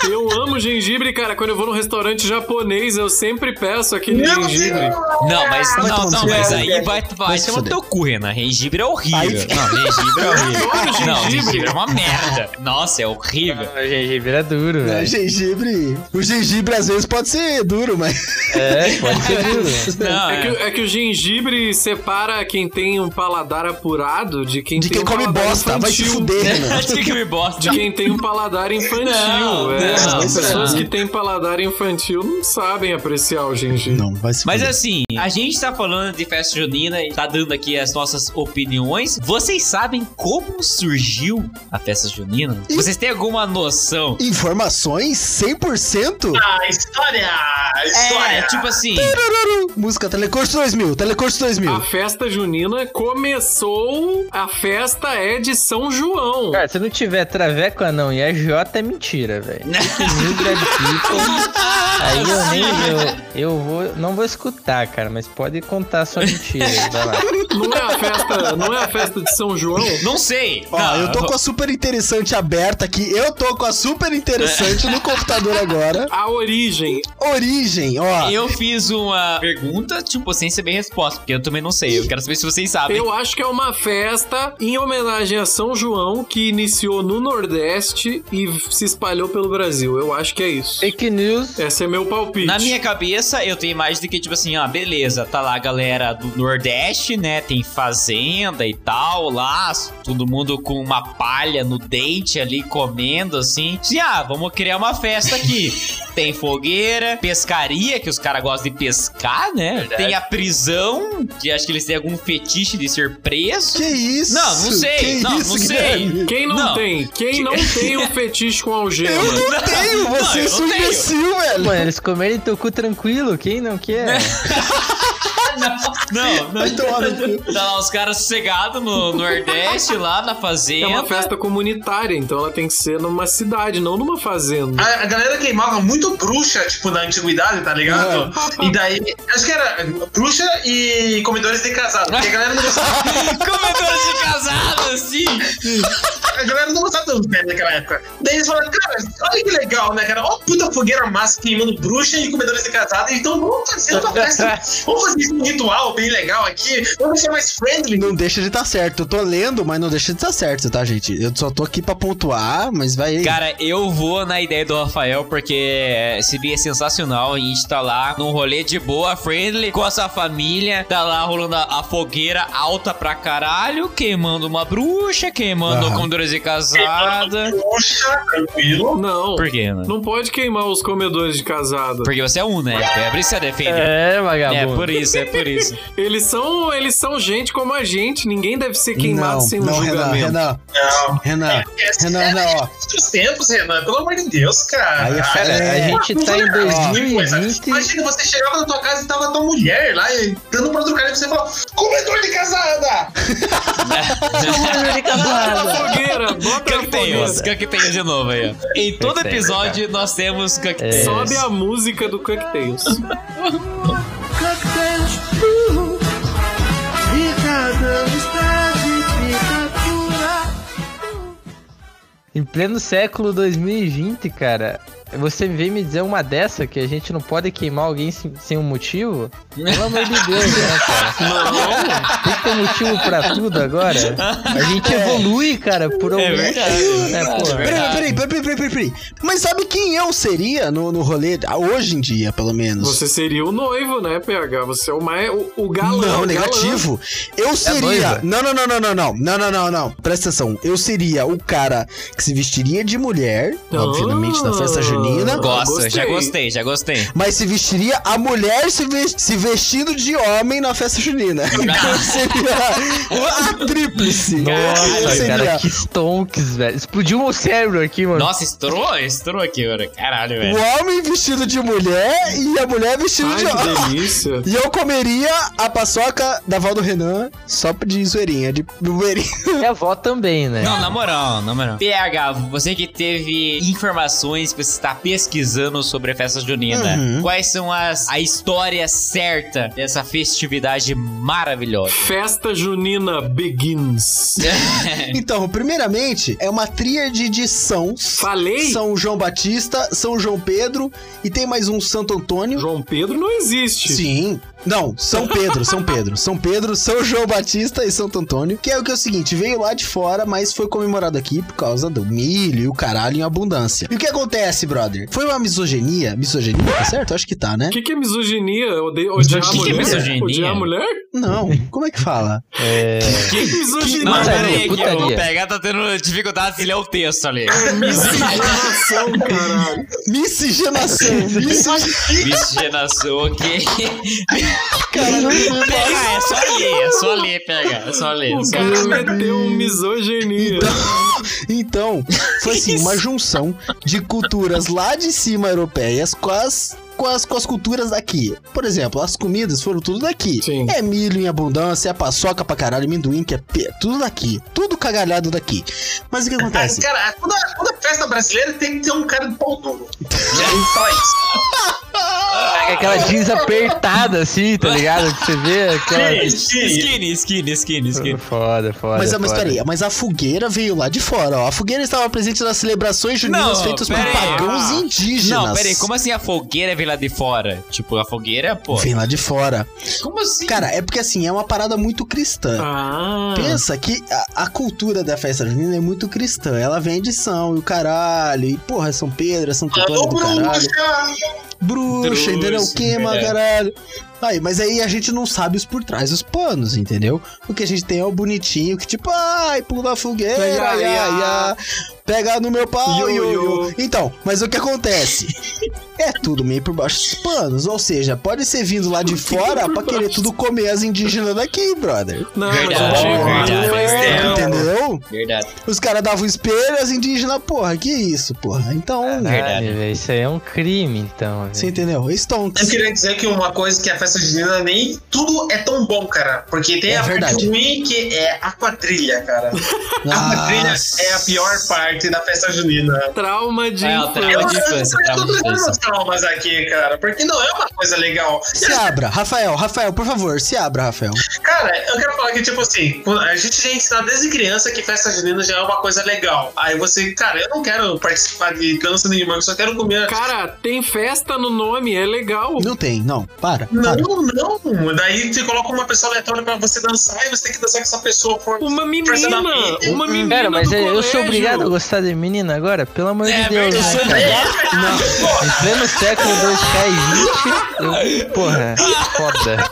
Eu amo gengibre, cara. Quando eu vou num restaurante japonês, eu sempre peço aquele
Meu
gengibre.
Deus!
Não, mas
Vai
não,
tomar
não,
no
mas
cu.
aí vai, vai
se
tomar no
fuder.
teu cu, Renan. Gengibre é horrível.
Aí-
Não, gengibre é horrível.
Olha o
Não,
gengibre.
gengibre é uma merda. Nossa, é horrível.
O gengibre é duro,
É,
velho.
gengibre. O gengibre às vezes pode ser duro, mas.
É, pode ser duro.
Não,
É que, é que o gengibre separa quem tem um paladar apurado de quem
De
tem
quem
um
come
paladar
bosta, vai se
infantil.
fuder, né?
Tinha é. que me bosta.
De quem tem um paladar infantil.
Não,
é.
não,
As
não.
pessoas que têm paladar infantil não sabem apreciar o gengibre.
Não, vai se
Mas
fuder.
assim, a gente tá falando de festa junina e tá dando aqui as nossas opiniões. Vocês sabem como surgiu a festa junina?
Ih.
Vocês têm alguma noção?
Informações 100%?
Ah, história! História!
É, tipo assim,
Música Telecorte 2000, Telecorte 2000.
A festa junina começou. A festa é de São João.
Cara, se não tiver traveco, anão e AJ é mentira, velho.
né?
Mil Brad People. Aí eu nem. Eu, eu vou, não vou escutar, cara, mas pode contar sua mentira. aí, Vai lá.
Não é a festa, não é a festa de São João?
não sei.
Ó,
Não,
eu tô com a super interessante aberta aqui. Eu tô com a super interessante
É.
no computador agora.
A origem.
Origem, ó.
eu fiz uma pergunta, tipo, sem saber resposta, porque eu também não sei. Eu quero saber se vocês sabem.
Eu acho que é uma festa em homenagem a São João que iniciou no Nordeste e se espalhou pelo Brasil. Eu acho que é isso.
Fake news.
Esse é meu palpite.
Na minha cabeça, eu tenho imagem de que, tipo assim, ah, beleza, tá lá a galera do Nordeste, né? Tem fazenda e tal, lá, todo mundo com uma palha no dente ali, comendo, assim. E, ah, vamos criar uma festa aqui. Tem fogueira, pescaria, que os caras gostam de pescar, né? Tem a prisão, que acho que eles têm algum fetiche de ser preso.
Que isso?
Não, não sei,
Que
não,
isso,
não sei.
Guilherme?
Quem não,
Não.
tem? Quem não tem o fetiche com algema?
Eu não tenho, você
eu não tenho.
subversivo, velho.
Mano, eles comerem teu cu tranquilo, quem não quer?
Não, não.
Vai
um
tomar no cu.
Tá lá os caras sossegados no Nordeste, lá na
É uma
fazenda.
festa comunitária, então ela tem que ser numa cidade, não numa fazenda.
A, a galera queimava muito bruxa, tipo, na antiguidade, tá ligado? E daí, acho que era bruxa e comedores de casado. Porque a galera não gostava,
Comedores de casado, assim.
a galera não gostava dos velhos naquela época. Daí eles falaram, cara, olha que legal, né, cara? Ó, puta fogueira massa queimando bruxa e comedores de casado. Então vamos fazer uma festa, vamos fazer isso um ritual bem legal aqui, vamos ser mais friendly.
Não deixa de estar certo. Eu tô lendo, mas não deixa de estar certo, tá, gente? Eu só tô aqui pra pontuar, mas vai aí.
Cara, eu vou na ideia do Rafael, porque esse dia é sensacional. A gente tá lá num rolê de boa, friendly, com a sua família. Tá lá rolando a, a fogueira alta pra caralho, queimando uma bruxa, queimando
Aham.
comedores de casada.
Bruxa, tranquilo.
Não.
Por quê, né?
Não pode queimar os comedores de casada.
Porque você é um, né? É por isso que você defende.
É,
É
vagabundo.
por isso, é por isso.
Eles são, eles são gente como a gente, ninguém deve ser queimado
não,
sem um
não, Renan,
julgamento.
Renan,
Não.
Renan,
Esse
Renan,
é
não, ó.
Outros tempos, Renan, pelo amor de Deus, cara.
Aí é
Ah,
fera,
É,
É,
a gente tá em
Não, não, que coisa.
2020.
Imagina, você chegava na tua casa e tava tua mulher lá e dando pra outro cara e você falou: Comedor de casada!
Bota na fogueira, bota na
Coquetenhos,
fogueira.
coquetenhos de novo aí, ó. Em todo
Coquetel,
episódio nós temos coquetéis.
É.
Sobe a música do Cocktails.
Em pleno século 2020, cara, você vem me dizer uma dessa que a gente não pode queimar alguém sem, sem um motivo? Pelo amor de Deus, né, cara? Tem que ter motivo pra tudo agora. A gente evolui, cara, por algum.
É verdade.
É, pô.
Peraí, peraí, peraí, peraí, peraí, peraí. Mas sabe quem eu seria no, no rolê? Ah, Hoje em dia, pelo menos.
Você seria o noivo, né, PH? Você é o mais. O, o galã. o
Não,
galã. É
negativo. Eu seria.
noiva.
Não, não, não, não, não, não. Não, não, não, não. Presta atenção. Eu seria o cara que se vestiria de mulher, obviamente, na festa
Ah.
junina.
Gosto,
Gostei.
já gostei, já gostei.
Mas se vestiria a mulher se, ves- se vestindo de homem na festa junina. Então seria a tríplice. Eu
Nossa,
seria
cara, que stonks, velho. Explodiu o cérebro aqui, mano.
Nossa, estourou, estourou aqui, mano. Caralho, velho.
o homem vestido de mulher e a mulher vestida
Ai,
de homem.
que delícia.
E eu comeria a paçoca da Val do Renan só de zoeirinha, de zoeirinha.
E a avó também, né?
Não, na moral, na moral. PH, É. você que teve informações que você está pesquisando sobre a festa junina,
Uhum.
quais são as a história certa dessa festividade maravilhosa?
Festa junina begins.
Então, primeiramente, é uma tríade de sãos.
Falei?
São João Batista, São João Pedro e tem mais um Santo Antônio.
João Pedro não existe.
Sim. Não, São Pedro, São Pedro. São Pedro, São João Batista e Santo Antônio. Que é o que é o seguinte, veio lá de fora, mas foi comemorado aqui por causa do milho e o caralho em abundância. E o que acontece, brother? Foi uma misoginia? Misoginia, tá certo? Acho que tá, né?
O que, que é misoginia? Ode- Odiar a
Que que é
mulher?
misoginia?
Odiar a mulher?
Não. Como é que fala?
É...
Que misoginia?
Não, pera aí, que
Putaria.
o PH tá tendo dificuldade de ler o texto ali.
Miscigenação, caralho.
Miscigenação. Miscigenação.
Miscigenação, ok. PH, é só ler, é só ler, PH, é só ler. é
O
só
cara
ler.
meteu um misoginia.
Então, foi assim, uma junção de culturas lá de cima europeias com as, com as, com as culturas daqui. Por exemplo, as comidas foram tudo daqui.
Sim.
É milho em abundância, é paçoca pra caralho, amendoim, que é pe- tudo daqui. Tudo cagalhado daqui. Mas o que
Ai,
acontece?
cara, toda, toda festa brasileira tem que ter um cara de pau duro. Só isso.
Pega aquela jeans apertada assim, tá ligado? Que você vê aquela.
Skinny, skinny, skinny, skinny.
Foda, foda.
Mas, mas
foda.
peraí, mas a fogueira veio lá de fora, ó. A fogueira estava presente nas celebrações juninas
Não,
feitas por
peraí.
pagãos
Ah.
indígenas.
Não, peraí, como assim a fogueira vem lá de fora? Tipo, a fogueira, pô.
Vem lá de fora.
Como assim?
Cara, é porque assim, é uma parada muito cristã.
Ah.
Pensa que a, a cultura da festa junina é muito cristã. Ela vem de São e o caralho. E porra, é São Pedro, é Santo
Tá
Antônio
Alô,
do caralho.
bruxa!
Bruxa,
Bruxa,
entendeu? Queima,
é.
caralho. Aí, mas aí a gente não sabe os por trás dos panos, entendeu? O que a gente tem é o bonitinho que tipo, ai, pula a fogueira,
Ai,
ia,
ai,
ia, pega no meu pau,
Iô,
iô,
iô.
iô. Então, mas o que acontece? É tudo meio por baixo dos panos, ou seja, pode ser vindo lá de fora pra querer tudo comer as indígenas daqui, brother.
Não,
Verdade,
mas eu digo,
verdade.
não é-
Entendeu? europeu.
Verdade.
Os caras davam espelho e as indígenas, porra, que isso, porra. Então,
Caralho,
Verdade.
velho, isso aí é um crime, então, velho.
você entendeu? Stonks.
Eu queria dizer que uma coisa que a festa junina nem tudo é tão bom, cara. Porque tem
É
a
verdade.
parte ruim que é a quadrilha, cara. A quadrilha
Nossa.
é a pior parte da festa junina.
Trauma de
É, o
infância.
trauma
Eu
de infância,
tô
trauma de infância.
trazendo traumas aqui, cara. Porque não é uma coisa legal.
Se abra, Rafael, Rafael, por favor, se abra, Rafael.
Cara, eu quero falar que, tipo assim, quando- a gente já é ensinado desde criança que festa junina já é uma coisa legal. Aí você, cara, eu não quero participar de dança nenhuma, eu só quero comer.
Cara, tem festa no nome, é legal.
Não tem, não. Para,
Não,
para.
não. Daí você coloca uma pessoa aleatória pra você dançar e você tem que dançar com essa pessoa por.
Uma menina,
Personalmente.
uma menina
Cara, mas
do
eu, eu
colégio.
sou obrigado a gostar de menina agora? Pelo amor de Deus,
verdade.
né, cara? Em pleno século 2020, eu, porra, foda.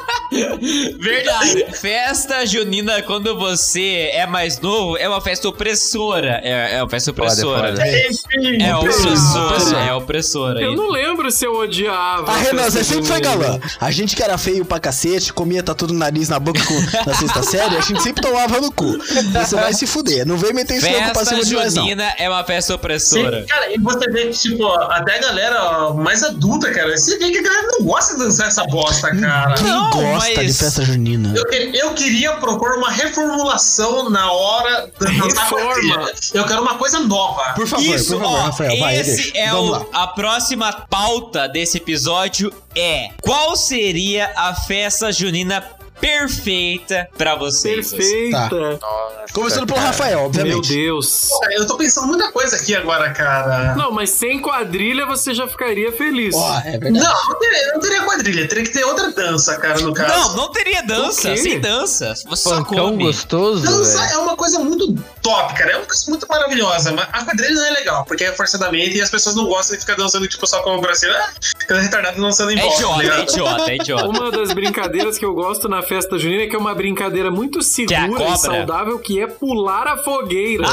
Verdade. festa junina, quando você é mais novo, é uma festa opressora. É, é uma festa
Foda,
opressora.
foda.
Enfim,
É
Opressora.
opressora, é opressora.
Eu não lembro se eu odiava.
A Ah, Renan,
festa
você sempre foi
junina.
galã. A gente que era feio pra cacete, comia tatu no nariz na boca com- na sexta série, a gente sempre tomava no cu. Você vai se fuder. Não vem meter esse louco pra
Festa
cima de nós, não.
junina é uma festa opressora.
Sim, cara, e você vê que, tipo, até a galera mais adulta, cara, você vê que a galera não gosta de dançar essa bosta, cara.
Quem
Não,
gosta de
mas-
festa junina?
Eu, que- eu queria propor uma reformulação na hora da dançar
Reforma.
quadrilha. Eu quero uma coisa nova.
Por favor,
Isso,
por favor,
ó,
Rafael, vai,
esse
deixa.
é
Vamos
o,
lá.
a próxima pauta desse episódio é qual seria a festa junina perfeita pra vocês?
Perfeita.
Tá, Começando pelo Rafael,
Meu
obviamente.
Deus.
Pô, Eu tô pensando muita coisa aqui agora, cara.
Não, mas sem quadrilha você já ficaria feliz.
Ó, é verdade.
Não, não teria, não teria quadrilha, teria que ter outra dança, cara, no caso.
Não, não teria dança,
O quê?
sem dança. Você só
Pancão
come.
gostoso,
Dança
velho.
é uma coisa muito top, cara. É uma coisa muito maravilhosa. Mas a quadrilha não é legal, porque é forçadamente e as pessoas não gostam de ficar dançando, tipo, só como o Brasil. Ah, cada retardado dançando em
É
volta. tá
idiota, é
ligado?
idiota, é idiota.
Uma das brincadeiras que eu gosto na festa junina é que é uma brincadeira muito
é a
segura
cobra.
e saudável, que é pular a fogueira.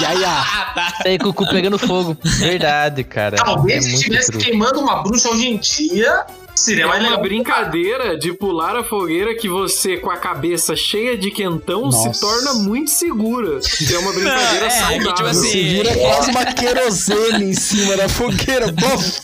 Yaya.
Ah, tá.
Tá aí com o cu pegando fogo. Verdade, cara. É
Talvez se
muito
estivesse
truque.
queimando uma bruxa hoje em dia, seria
É
mais
uma
legal.
brincadeira de pular a fogueira que você, com a cabeça cheia de quentão,
Nossa.
se torna muito segura. É uma brincadeira
É,
saudável.
que, tipo assim,
Se vira quase uma querosene em cima da fogueira. Bof!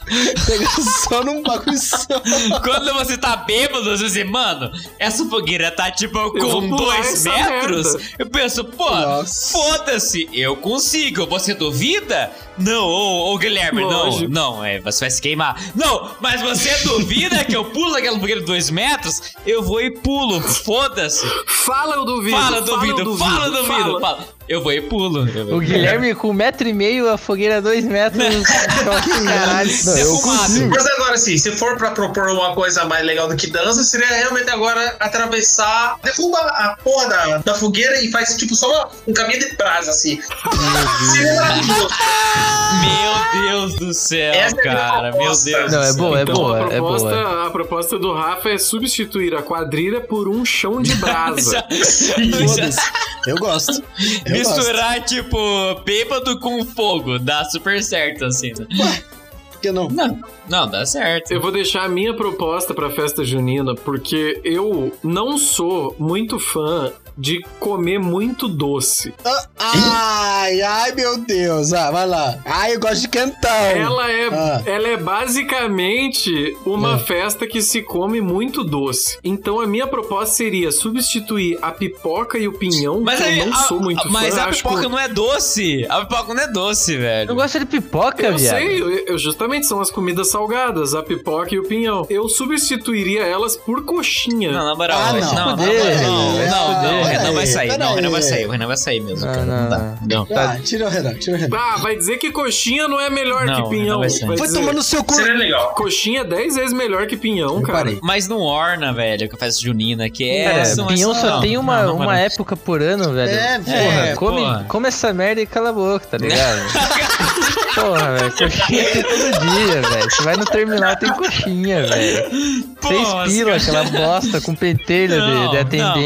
Pega só num bagulho só.
Quando você tá bêbado, você diz, mano, essa fogueira tá tipo
Eu vou
com
pular
dois
essa
metros.
merda.
Eu penso, pô,
Nossa.
foda-se, eu consigo. Você duvida? Não, ô, ô, Guilherme,
Lógico.
não, não, é, você vai se queimar. Não, mas você duvida que eu pulo aquela fogueira de dois metros? Eu vou e pulo, foda-se.
Fala, eu duvido.
Fala, eu duvido, fala, eu duvido,
fala.
fala. Eu vou e pulo.
O Guilherme com um metro e meio, a fogueira dois metros. Caralho,
Não, eu
Defumado.
consigo.
Mas agora sim, se for pra propor uma coisa mais legal do que dança, seria realmente agora atravessar, derruba a porra da, da fogueira e faz tipo só uma- um caminho de brasa assim. seria maravilhoso.
Meu Deus do céu,
Essa é a minha
cara, meu Deus
proposta.
do
Não, é
céu.
boa, é
Então,
boa,
a,
é
proposta,
boa.
a proposta do Rafa é substituir a quadrilha por um chão de brasa.
Foda-se. Eu gosto. Eu gosto.
Misturar, tipo, bêbado com fogo. Dá super certo, assim. né?
Por que não?
Não, não, dá certo.
Eu vou deixar a minha proposta pra festa junina, porque eu não sou muito fã de comer muito doce.
Ah, Ai, ai, meu Deus. Ah, vai lá. Ai, eu gosto de cantar.
Ela é,
Ah.
ela é basicamente uma
É.
festa que se come muito doce. Então a minha proposta seria substituir a pipoca e o pinhão,
Mas,
que
aí,
eu não
a,
sou muito fã.
mas a
acho
pipoca
que-
não é doce. A pipoca não é doce, velho.
Eu gosto de pipoca,
Eu
viado.
sei, eu- eu- justamente são as comidas salgadas, a pipoca e o pinhão. Eu substituiria elas por coxinha.
Não, na moral,
Ah,
velho.
não.
não, não,
Peraí,
não,
peraí,
não, não, o
peraí,
Renan vai sair, não, o Renan vai
peraí.
sair, o Renan vai sair mesmo,
Não,
cara, não
não, Tá.
dá, não.
Ah, tira o Renan, tira o Renan.
Ah, vai dizer que coxinha não é melhor
Não,
que pinhão.
não vai ser.
vai
Vai
dizer,
tomar no seu cu.
Seria legal.
Coxinha é 10 vezes melhor que pinhão,
Eu
cara.
parei.
Mas não orna, velho, que a festa junina, que é
Cara,
essa, mas
pinhão só
não,
tem uma,
não, não,
uma
não.
época por ano, velho.
É,
porra,
velho,
come,
porra.
come essa merda e cala a boca, tá ligado? Porra, velho. Coxinha tem todo dia, velho. Você vai no terminal, tem coxinha, velho. Seis
Porra,
pila,
os
aquela bosta com pentelho de, de
Não,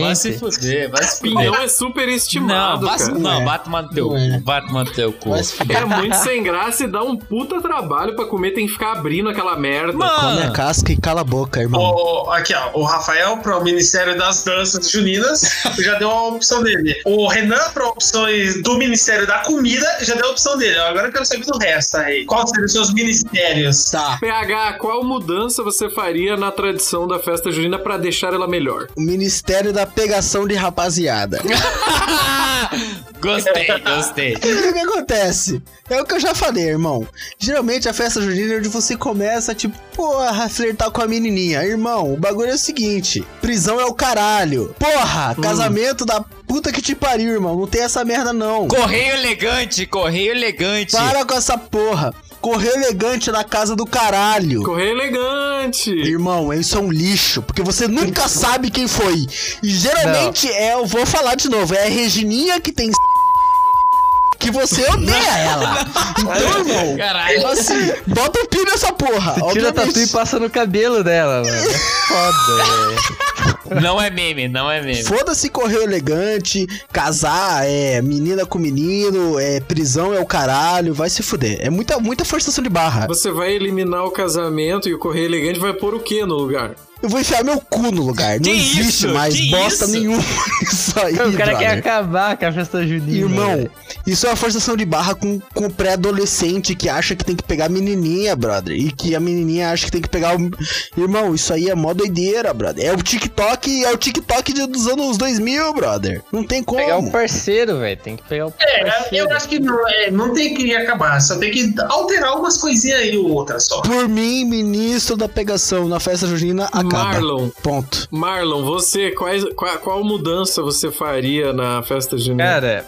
vai se
atendente.
fuder, vai se fuder.
Pinhão é super
Não,
estimado,
vai se-
cara.
não, bate uma no teu
Não é.
cu, bate uma no teu cu.
Vai se fuder.
É muito sem graça e dá um puta trabalho pra comer, tem que ficar abrindo aquela merda.
Come
Ah.
a
Mano,
casca e cala a boca, irmão.
O- aqui, ó, o Rafael para o Ministério das Danças Juninas já deu a opção dele. O Renan para opções do Ministério da Comida já deu a opção dele. Ó, Agora eu quero saber do resto aí. Qual seriam os seus ministérios?
Tá,
PH, qual mudança você faria na tradição da festa junina pra deixar ela melhor?
o Ministério da Pegação de Rapaziada.
gostei, gostei.
É O que acontece? É o que eu já falei, irmão. Geralmente a festa junina é onde você começa, tipo, porra, flertar com a menininha. Irmão, o bagulho é o seguinte: prisão é o caralho. Porra, casamento da puta que te pariu, irmão. Não tem essa merda, não.
Correio elegante, correio elegante.
Para com essa porra. Correr elegante na casa do caralho.
Correr elegante!
Irmão, isso é um lixo, porque você nunca sabe quem foi. E geralmente é, eu vou falar de novo, é a Regininha que tem que você odeia ela. Então, irmão,
Caralho.
assim, bota o pi nessa porra.
Tu tira a tatu e
obviamente.
passa no cabelo dela, mano. É foda, velho.
Não é meme, não é meme.
Foda-se correr elegante, casar, é menina com menino, é prisão é o caralho, vai se fuder. É muita, muita forçação de barra.
Você vai eliminar o casamento e o correr elegante vai pôr o que no lugar?
Eu vou enfiar meu cu no lugar. Não
Que
existe
isso?
mais
Que
bosta
isso?
nenhuma isso aí,
O cara quer
brother.
acabar com a festa junina.
Irmão,
velho.
isso é uma forçação de barra com, com o pré-adolescente que acha que tem que pegar a menininha, brother. E que a menininha acha que tem que pegar o. Irmão, isso aí é mó doideira, brother. É o TikTok, é o TikTok de- dos anos 2000, brother. Não tem como.
Pegar o parceiro, velho. Tem que pegar o
É,
parceiro.
eu acho que não, é, não tem que acabar, só tem que alterar algumas coisinhas aí ou outras só.
Por mim, ministro da pegação na festa junina, acaba.
Marlon.
Ponto.
Marlon, você, quais, qual, qual mudança você faria na festa junina?
Cara,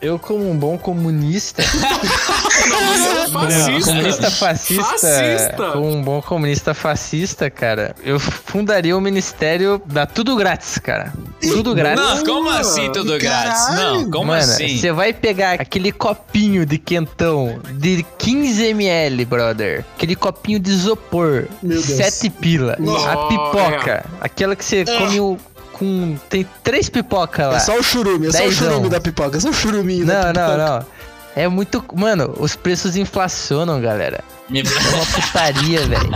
eu como um bom comunista,
você é um fascista.
comunista fascista,
Fascista.
como um bom comunista fascista, cara, eu fundaria o ministério da tudo grátis, cara. Tudo grátis.
Não, como assim tudo grátis? Não, como
Mano, é
assim?
você vai pegar aquele copinho de quentão de 15ml, brother. Aquele copinho de isopor.
Meu Deus.
Sete pila.
Nossa.
A pipoca. Aquela que você come o- com. Tem três pipocas lá.
É só o churume, é só o
Dezão.
churume da pipoca, é só o churuminho da
Não,
pipoca.
não, não. É muito. Mano, os preços inflacionam, galera.
Me-
É uma putaria, velho.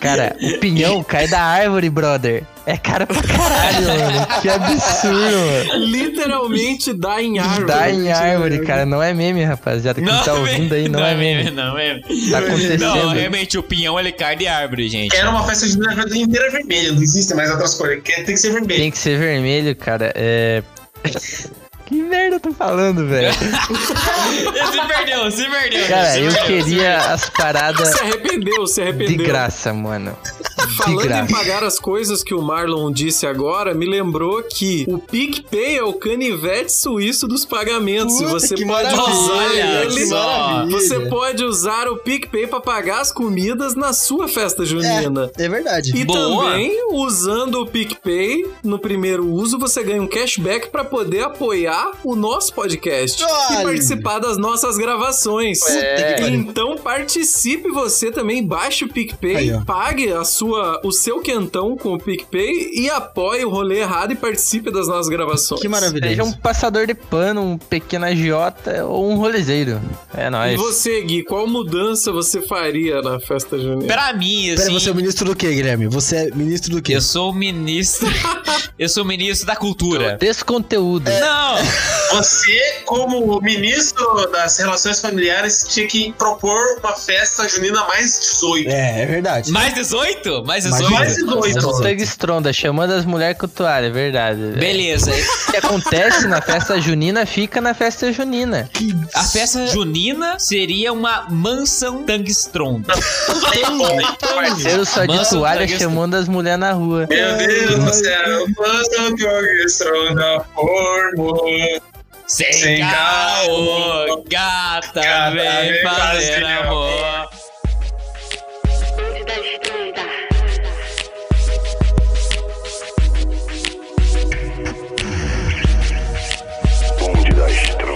Cara, o pinhão cai da árvore, brother. É caro pra caralho, mano. Que absurdo,
Literalmente dá em
mano.
árvore.
Dá em árvore, cara. Não é meme, rapaziada. Quem tá ouvindo aí não, é meme.
não é meme.
Tá acontecendo.
Não, realmente, o pinhão ele cai de árvore, gente.
Era uma festa junina inteira vermelha, não existe mais outras cores, que- tem que ser vermelho.
Tem que ser vermelho, cara. É. que merda eu tô falando, velho?
Se perdeu, se perdeu.
Cara,
se
eu
perdeu, se perdeu.
queria as paradas
Se arrependeu, se
de
arrependeu.
graça, mano.
Falando
Tá De
em
graça.
pagar as coisas que o Marlon disse agora, me lembrou que o PicPay é o canivete suíço dos pagamentos.
Puta,
você
que
pode
maravilha,
usar
olha
ele.
só.
Você pode usar o PicPay para pagar as comidas na sua festa junina.
É verdade.
E
Boa.
também, usando o PicPay no primeiro uso, você ganha um cashback para poder apoiar o nosso podcast
Olha.
e participar das nossas gravações.
que pariu.
Então participe você também, baixe o PicPay,
Aí, ó.
pague a sua, o seu quentão com o PicPay e apoie o rolê errado e participe das nossas gravações.
Que
Seja um
maravilhoso.
passador de pano, um pequeno agiota ou um rolezeiro. É
E
nóis.
você, Gui, qual mudança você faria na festa junina?
Pra mim,
Pera,
assim,
você é o ministro do quê, Guilherme? Você é ministro do quê?
eu sou o ministro... eu sou o ministro da cultura.
Desconteúdo.
Não,
Você, como ministro das Relações Familiares, tinha que propor uma festa junina mais 18.
É, é verdade.
mais 18? Mais
Mais
18?
Mais 18.
Sangue estronda, chamando as mulheres com toalha, é verdade. velho.
Beleza.
O que acontece na festa junina fica na festa junina.
A festa junina seria uma mansão tangstron.
Parceiro só de
Mano,
toalha
sangue
chamando as mulheres na rua.
Meu Deus do céu, quanto que orquestrou da forma.
Sem,
Sem
caô,
caô,
gata,
gata
vem
vem
fazer
fazer
amor.
Bonde da Estronda.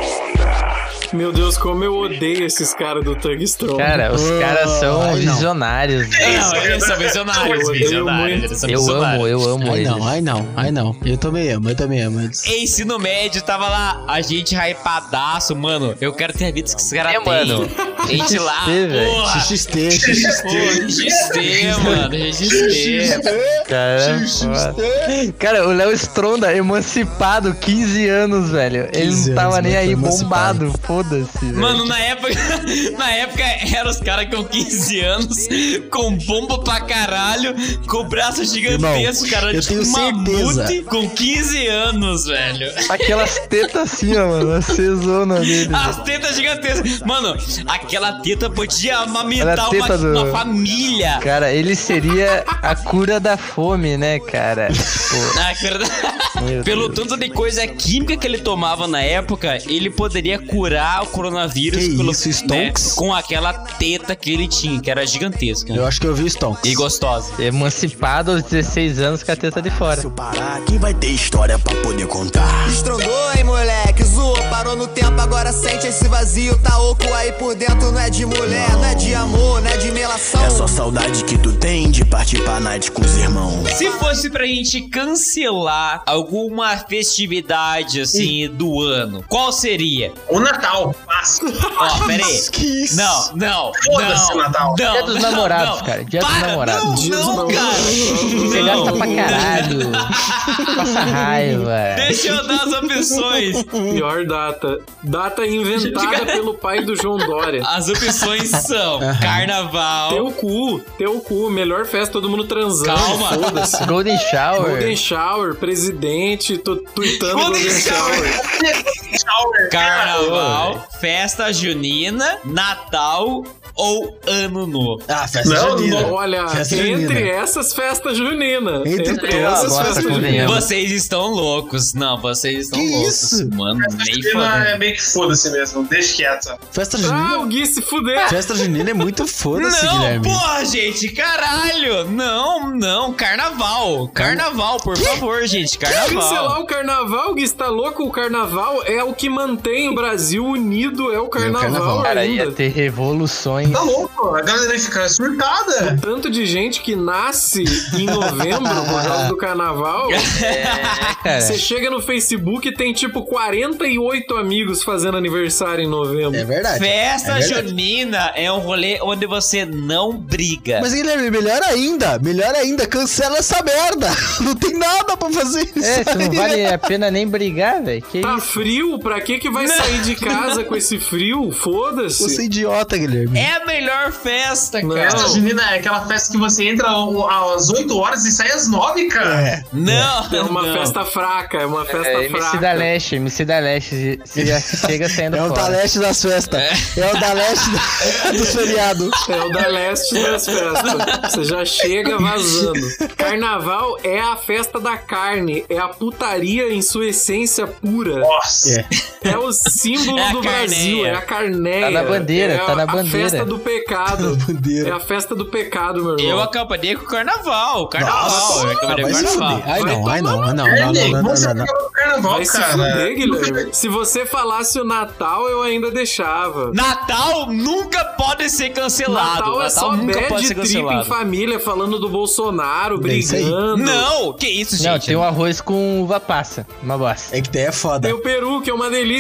Meu Deus, como eu odeio esses caras do Tungstorm.
Cara, os caras são
ai, não.
visionários. né?
Não, é eles são visionários,
Eu odeio
visionários.
muito.
Eles são
Eu amo,
visionários.
eu amo
Ai
eles.
não, ai não, ai não. Eu também amo, eu também amo. Eles-
Em ensino médio, tava lá, a gente hypadaço, mano. Eu quero ter a vida que esses caras
É,
têm.
mano.
Gente lá,
XT, velho.
porra.
XXT, XXT.
Pô, XT, mano, XT.
Cara, é foda. cara, o Léo Stronda, emancipado, 15 anos, velho. Ele
15
não tava
anos,
nem
né?
aí,
Foi emancipado.
bombado. Foda-se. velho.
Mano, na época, na época eram os caras com 15 anos, com bomba pra caralho, com braço gigantesco, cara,
eu tenho certeza.
mamute, com 15 anos, velho.
Aquelas tetas assim, ó, mano. Acesona dele.
As tetas gigantescas. Mano, aquela teta podia
Era a
amamentar uma,
teta do-
uma família.
Cara, ele seria a cura da fome, né, cara? Tipo,
Ah, cara.
meu
Pelo
Deus.
tanto de coisa química que ele tomava na época, ele poderia curar o coronavírus
Que
pelo, né,
isso, Stonks?
com aquela teta que ele tinha, que era gigantesca
Eu acho que eu vi Stonks.
e gostosa.
Emancipado aos 16 anos com a teta de fora.
Se eu parar, quem vai ter história pra poder contar?
Estrondou, hein, moleque? Zoou, parou no tempo, agora sente esse vazio. Tá oco aí por dentro, não é de mulher, não, é de amor, não é de melação.
É só saudade que tu tem de partir pra night com os irmãos.
Se fosse pra gente cancelar alguma festividade assim do ano, qual seria?
O Natal, Páscoa.
Ó, pera aí.
Que isso?
Não, não.
Foda-se
não,
o Natal.
Não,
Dia dos
não,
namorados,
não.
cara, dia dos
Para,
namorados.
Não,
Dia dos
não,
namorados.
Você
cara.
gasta
Não.
pra caralho. Passa raiva.
Deixa eu dar as opções.
Pior data. Data inventada pelo pai do João Dória.
As opções são carnaval.
Teu cu, teu cu, melhor festa, todo mundo transando.
Calma.
Foda-se.
Golden Shower.
Golden Shower, presidente, tô tweetando
Golden
Golden,
Shower.
Shower.
Shower.
Carnaval, festa junina, Natal ou Ano Novo.
Ah, festa
Não,
junina.
não,
Olha,
Festa
entre
junina.
essas festas juninas.
Entre
é Entre,
todas.
essas
Nossa,
festas juninas.
convenhamos.
Vocês estão loucos. Não, vocês estão
Que
loucos.
isso?
Mano, nem
Não,
falando.
é meio que foda-se mesmo, deixa quieto.
Festa
Ah,
junina.
o Gui se fuder.
Festa junina é muito foda-se,
Não,
Guilherme.
porra, gente, caralho! Não, não, carnaval! Carnaval, por favor, gente,
Cancelar
carnaval!
o carnaval, Gui, você tá louco? O carnaval é o que mantém o Brasil unido, é o carnaval,
carnaval.
ainda.
Cara, é ia ter revoluções.
Tá louco, a galera ia ficar surtada.
Tanto de gente que nasce em novembro por causa do carnaval.
É, cara.
Você chega no Facebook e tem tipo 48 amigos fazendo aniversário em novembro.
É verdade.
Festa
É verdade.
junina é um rolê onde você não briga.
Mas Guilherme, melhor ainda, melhor ainda, cancela essa merda. Não tem nada pra fazer isso.
É, isso não
aí.
vale a pena nem brigar, velho. Que
Tá
É isso?
frio? Pra que que vai sair de casa com esse frio?
Você é
Foda-se.
idiota, Guilherme.
É a melhor festa,
Não.
cara.
Festa junina é aquela festa que você entra ao- às 8 horas e sai às 9, cara.
Não,
É uma
não.
festa fraca, é uma festa
É,
fraca.
MC da Leste, MC da Leste, se já chega saindo
É o da
fora.
leste das festas. É o da leste da- dos feriados.
É o da leste das festas. Você já chega vazando. Carnaval é a festa da carne, é a putaria em sua essência pura.
Nossa.
É.
É o símbolo
É a
do Brasil,
carneia.
é a carneia.
Tá na bandeira,
é a-
tá na
A
bandeira.
festa do pecado.
Bandeira.
É a festa do pecado, meu irmão.
Eu acamparia com o carnaval, carnaval. eu acamparia
Ah, vai
com o
se
carnaval.
fuder. Ai não, ai não, ai não,
Tá
não, não, não, não,
Vamos
né,
não, não.
acabar com o tá carnaval,
Vai se
cara.
fuder, Guilherme. Se você falasse o Natal, eu ainda deixava.
Natal nunca pode ser cancelado.
Natal
Natal,
é só
nunca pode
bad
ser
trip em
cancelado.
família, falando do Bolsonaro,
É isso aí.
brigando.
Não, que isso, gente.
Não, tem um arroz com uva passa. Uma bosta.
É que daí é foda.
Tem o Peru, que é uma delícia.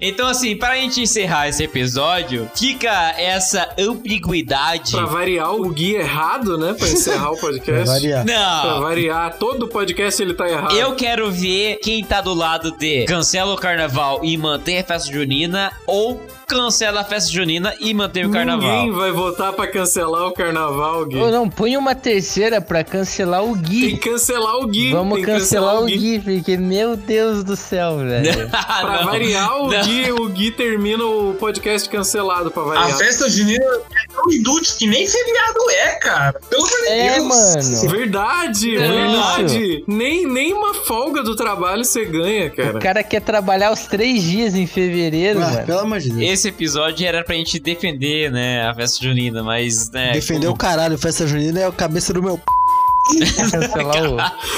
Então, assim, pra gente encerrar esse episódio, fica essa ambiguidade.
Pra variar o Gui errado, né? Pra encerrar o
Vai
podcast.
variar.
Pra
Não.
variar, todo podcast ele tá errado.
Eu quero ver quem tá do lado de cancela o carnaval e mantém a festa junina ou cancela a festa junina e mantém o carnaval.
Ninguém vai votar pra cancelar o carnaval, Gui.
Ou não, põe uma terceira pra cancelar o
Tem
Gui.
que cancelar o Gui.
Vamos
tem que
cancelar o Gui, porque, meu Deus do céu, velho.
Ah,
Pra
não.
variar, o
Não.
Gui, o Gui termina o podcast cancelado pra
A
variar.
festa junina é tão inútil que nem feriado é, cara. Pelo amor de
É,
Deus.
mano.
Verdade,
Não.
verdade. Nem, nem uma folga do trabalho você ganha, cara.
O cara quer trabalhar os três dias em fevereiro,
Ah,
mano.
pelo amor de Deus.
Esse episódio era pra gente defender, né, a festa junina, mas, né...
Defender o caralho, festa junina é a é cabeça do meu p.
Cancelar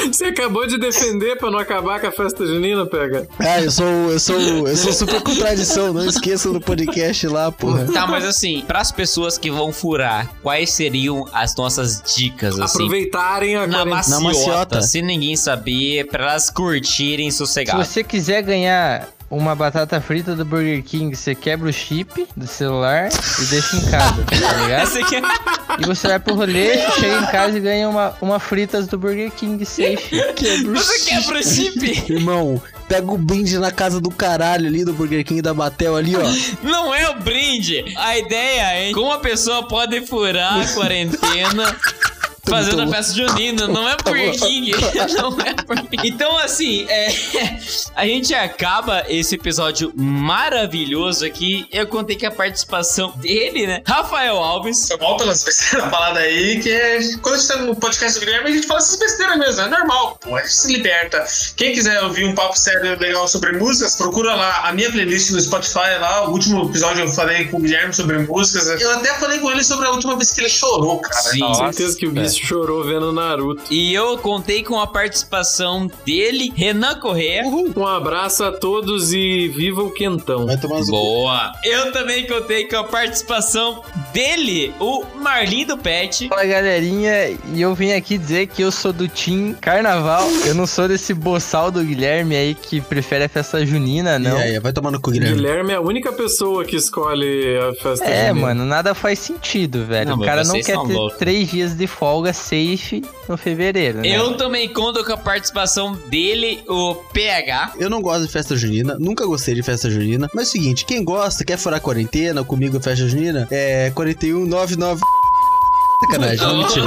o.
Você acabou de defender pra não acabar com a festa junina, pega?
Ah, eu sou, eu sou, eu sou super contradição, não esqueça do podcast lá, porra.
Tá, mas assim, pras pessoas que vão furar, quais seriam as nossas dicas, assim?
Aproveitarem a
Na
quarentena.
maciota,
maciota.
se ninguém saber, pra elas curtirem
Se
sossegado.
você quiser ganhar uma batata frita do Burger King, você quebra o chip do celular e deixa em casa, tá ligado?
Essa aqui é-
E você vai pro rolê, chega em casa e ganha uma, uma fritas do Burger King safe.
Quebra o
Você
chip.
quebra o é chip?
Irmão, pega o brinde na casa do caralho ali do Burger King da Batel ali, ó.
Não é o brinde. A ideia é como a pessoa pode furar a quarentena. Fazendo a festa junina, não é Burger King. Não é Burger King. Então, assim, é, a gente acaba esse episódio maravilhoso aqui. Eu contei que a participação dele, né? Rafael Alves.
Foi mal pelas besteiras faladas aí, que é, quando a gente tá no podcast do Guilherme, a gente fala essas besteiras mesmo, é normal, pô, a gente se liberta. Quem quiser ouvir um papo sério legal sobre músicas, procura lá a minha playlist no Spotify lá, o último episódio eu falei com o Guilherme sobre músicas, é- eu até falei com ele sobre a última vez que ele chorou, cara.
Sim.
Nossa.
Certeza que o bicho
é.
chorou vendo Naruto.
E eu contei com a participação dele, Renan Corrêa.
Um abraço a todos e viva o quentão.
É
Vai tomar as
Boa! Eu também contei com a participação dele, o Marlin do Pet.
Fala galerinha, e eu vim aqui dizer que eu sou do Team Carnaval. Eu não sou desse boçal do Guilherme aí que prefere a festa junina, não.
E aí, vai tomar no cu, Guilherme.
Guilherme é a única pessoa que escolhe a festa
É,
junina.
mano, nada faz sentido, velho.
Não,
o
mas
cara não
vocês
quer
são
ter
loucos.
três dias de folga safe no fevereiro, né?
Eu também conto com a participação dele, o PH.
Eu não gosto de festa junina, nunca gostei de festa junina. Mas é o seguinte, quem gosta, quer furar quarentena, comigo festa junina, é 4199. Sacanagem, não, mentira.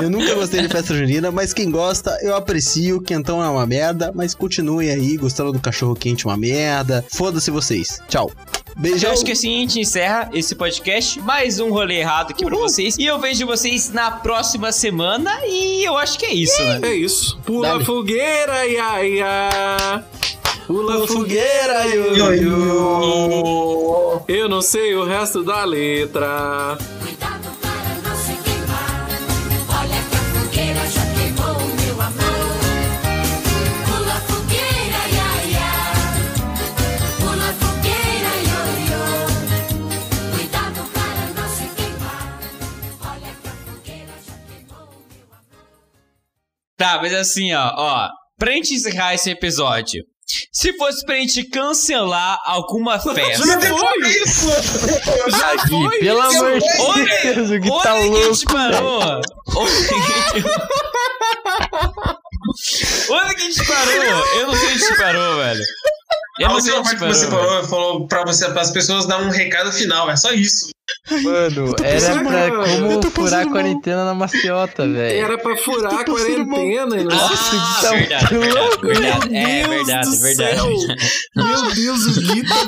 Eu nunca gostei de festa junina, mas quem gosta, eu aprecio. Quentão é uma merda, mas continuem aí gostando do cachorro quente, é uma merda. Foda-se vocês. Tchau.
Eu
Beijão.
acho que assim a gente encerra esse podcast. Mais um rolê errado aqui pra vocês. E eu vejo vocês na próxima semana. E eu acho que é isso, né?
É isso. Pula
Dá-lhe.
fogueira, ia, ia. Pula fogueira,
Yo,
ia,
yo.
Eu não sei o resto da letra.
Cuidado para não se queimar. Olha que a fogueira já queimou o meu amor. Pula fogueira, ia, ia. Pula fogueira, ioiô. Cuidado para não se queimar. Olha que a fogueira já queimou o meu amor.
Tá, mas assim, ó, ó. Pra gente encerrar esse episódio. Se fosse pra gente cancelar alguma
Não
festa.
foi isso!
É
Já
Ih, pelo amor de Deus, o Gui tá
olha que a
louco.
gente parou. Olha que a gente- Olha que a gente parou. Eu não sei onde a gente parou, velho. Eu
A
não sei onde
última
a
parte
gente
que você
parou.
falou, falou pra você, pras pessoas dar um recado final, é só isso.
Mano, era
pensando
pra
mal. Eu
como
tô
furar a
pensando mal.
quarentena na maciota, velho.
Era pra furar a
Eu tô passando mal.
quarentena. e não-
Ah,
tá
verdade, verdade,
Meu
verdade, é
Deus
verdade,
do
verdade.
céu. Meu Deus, o Gui tá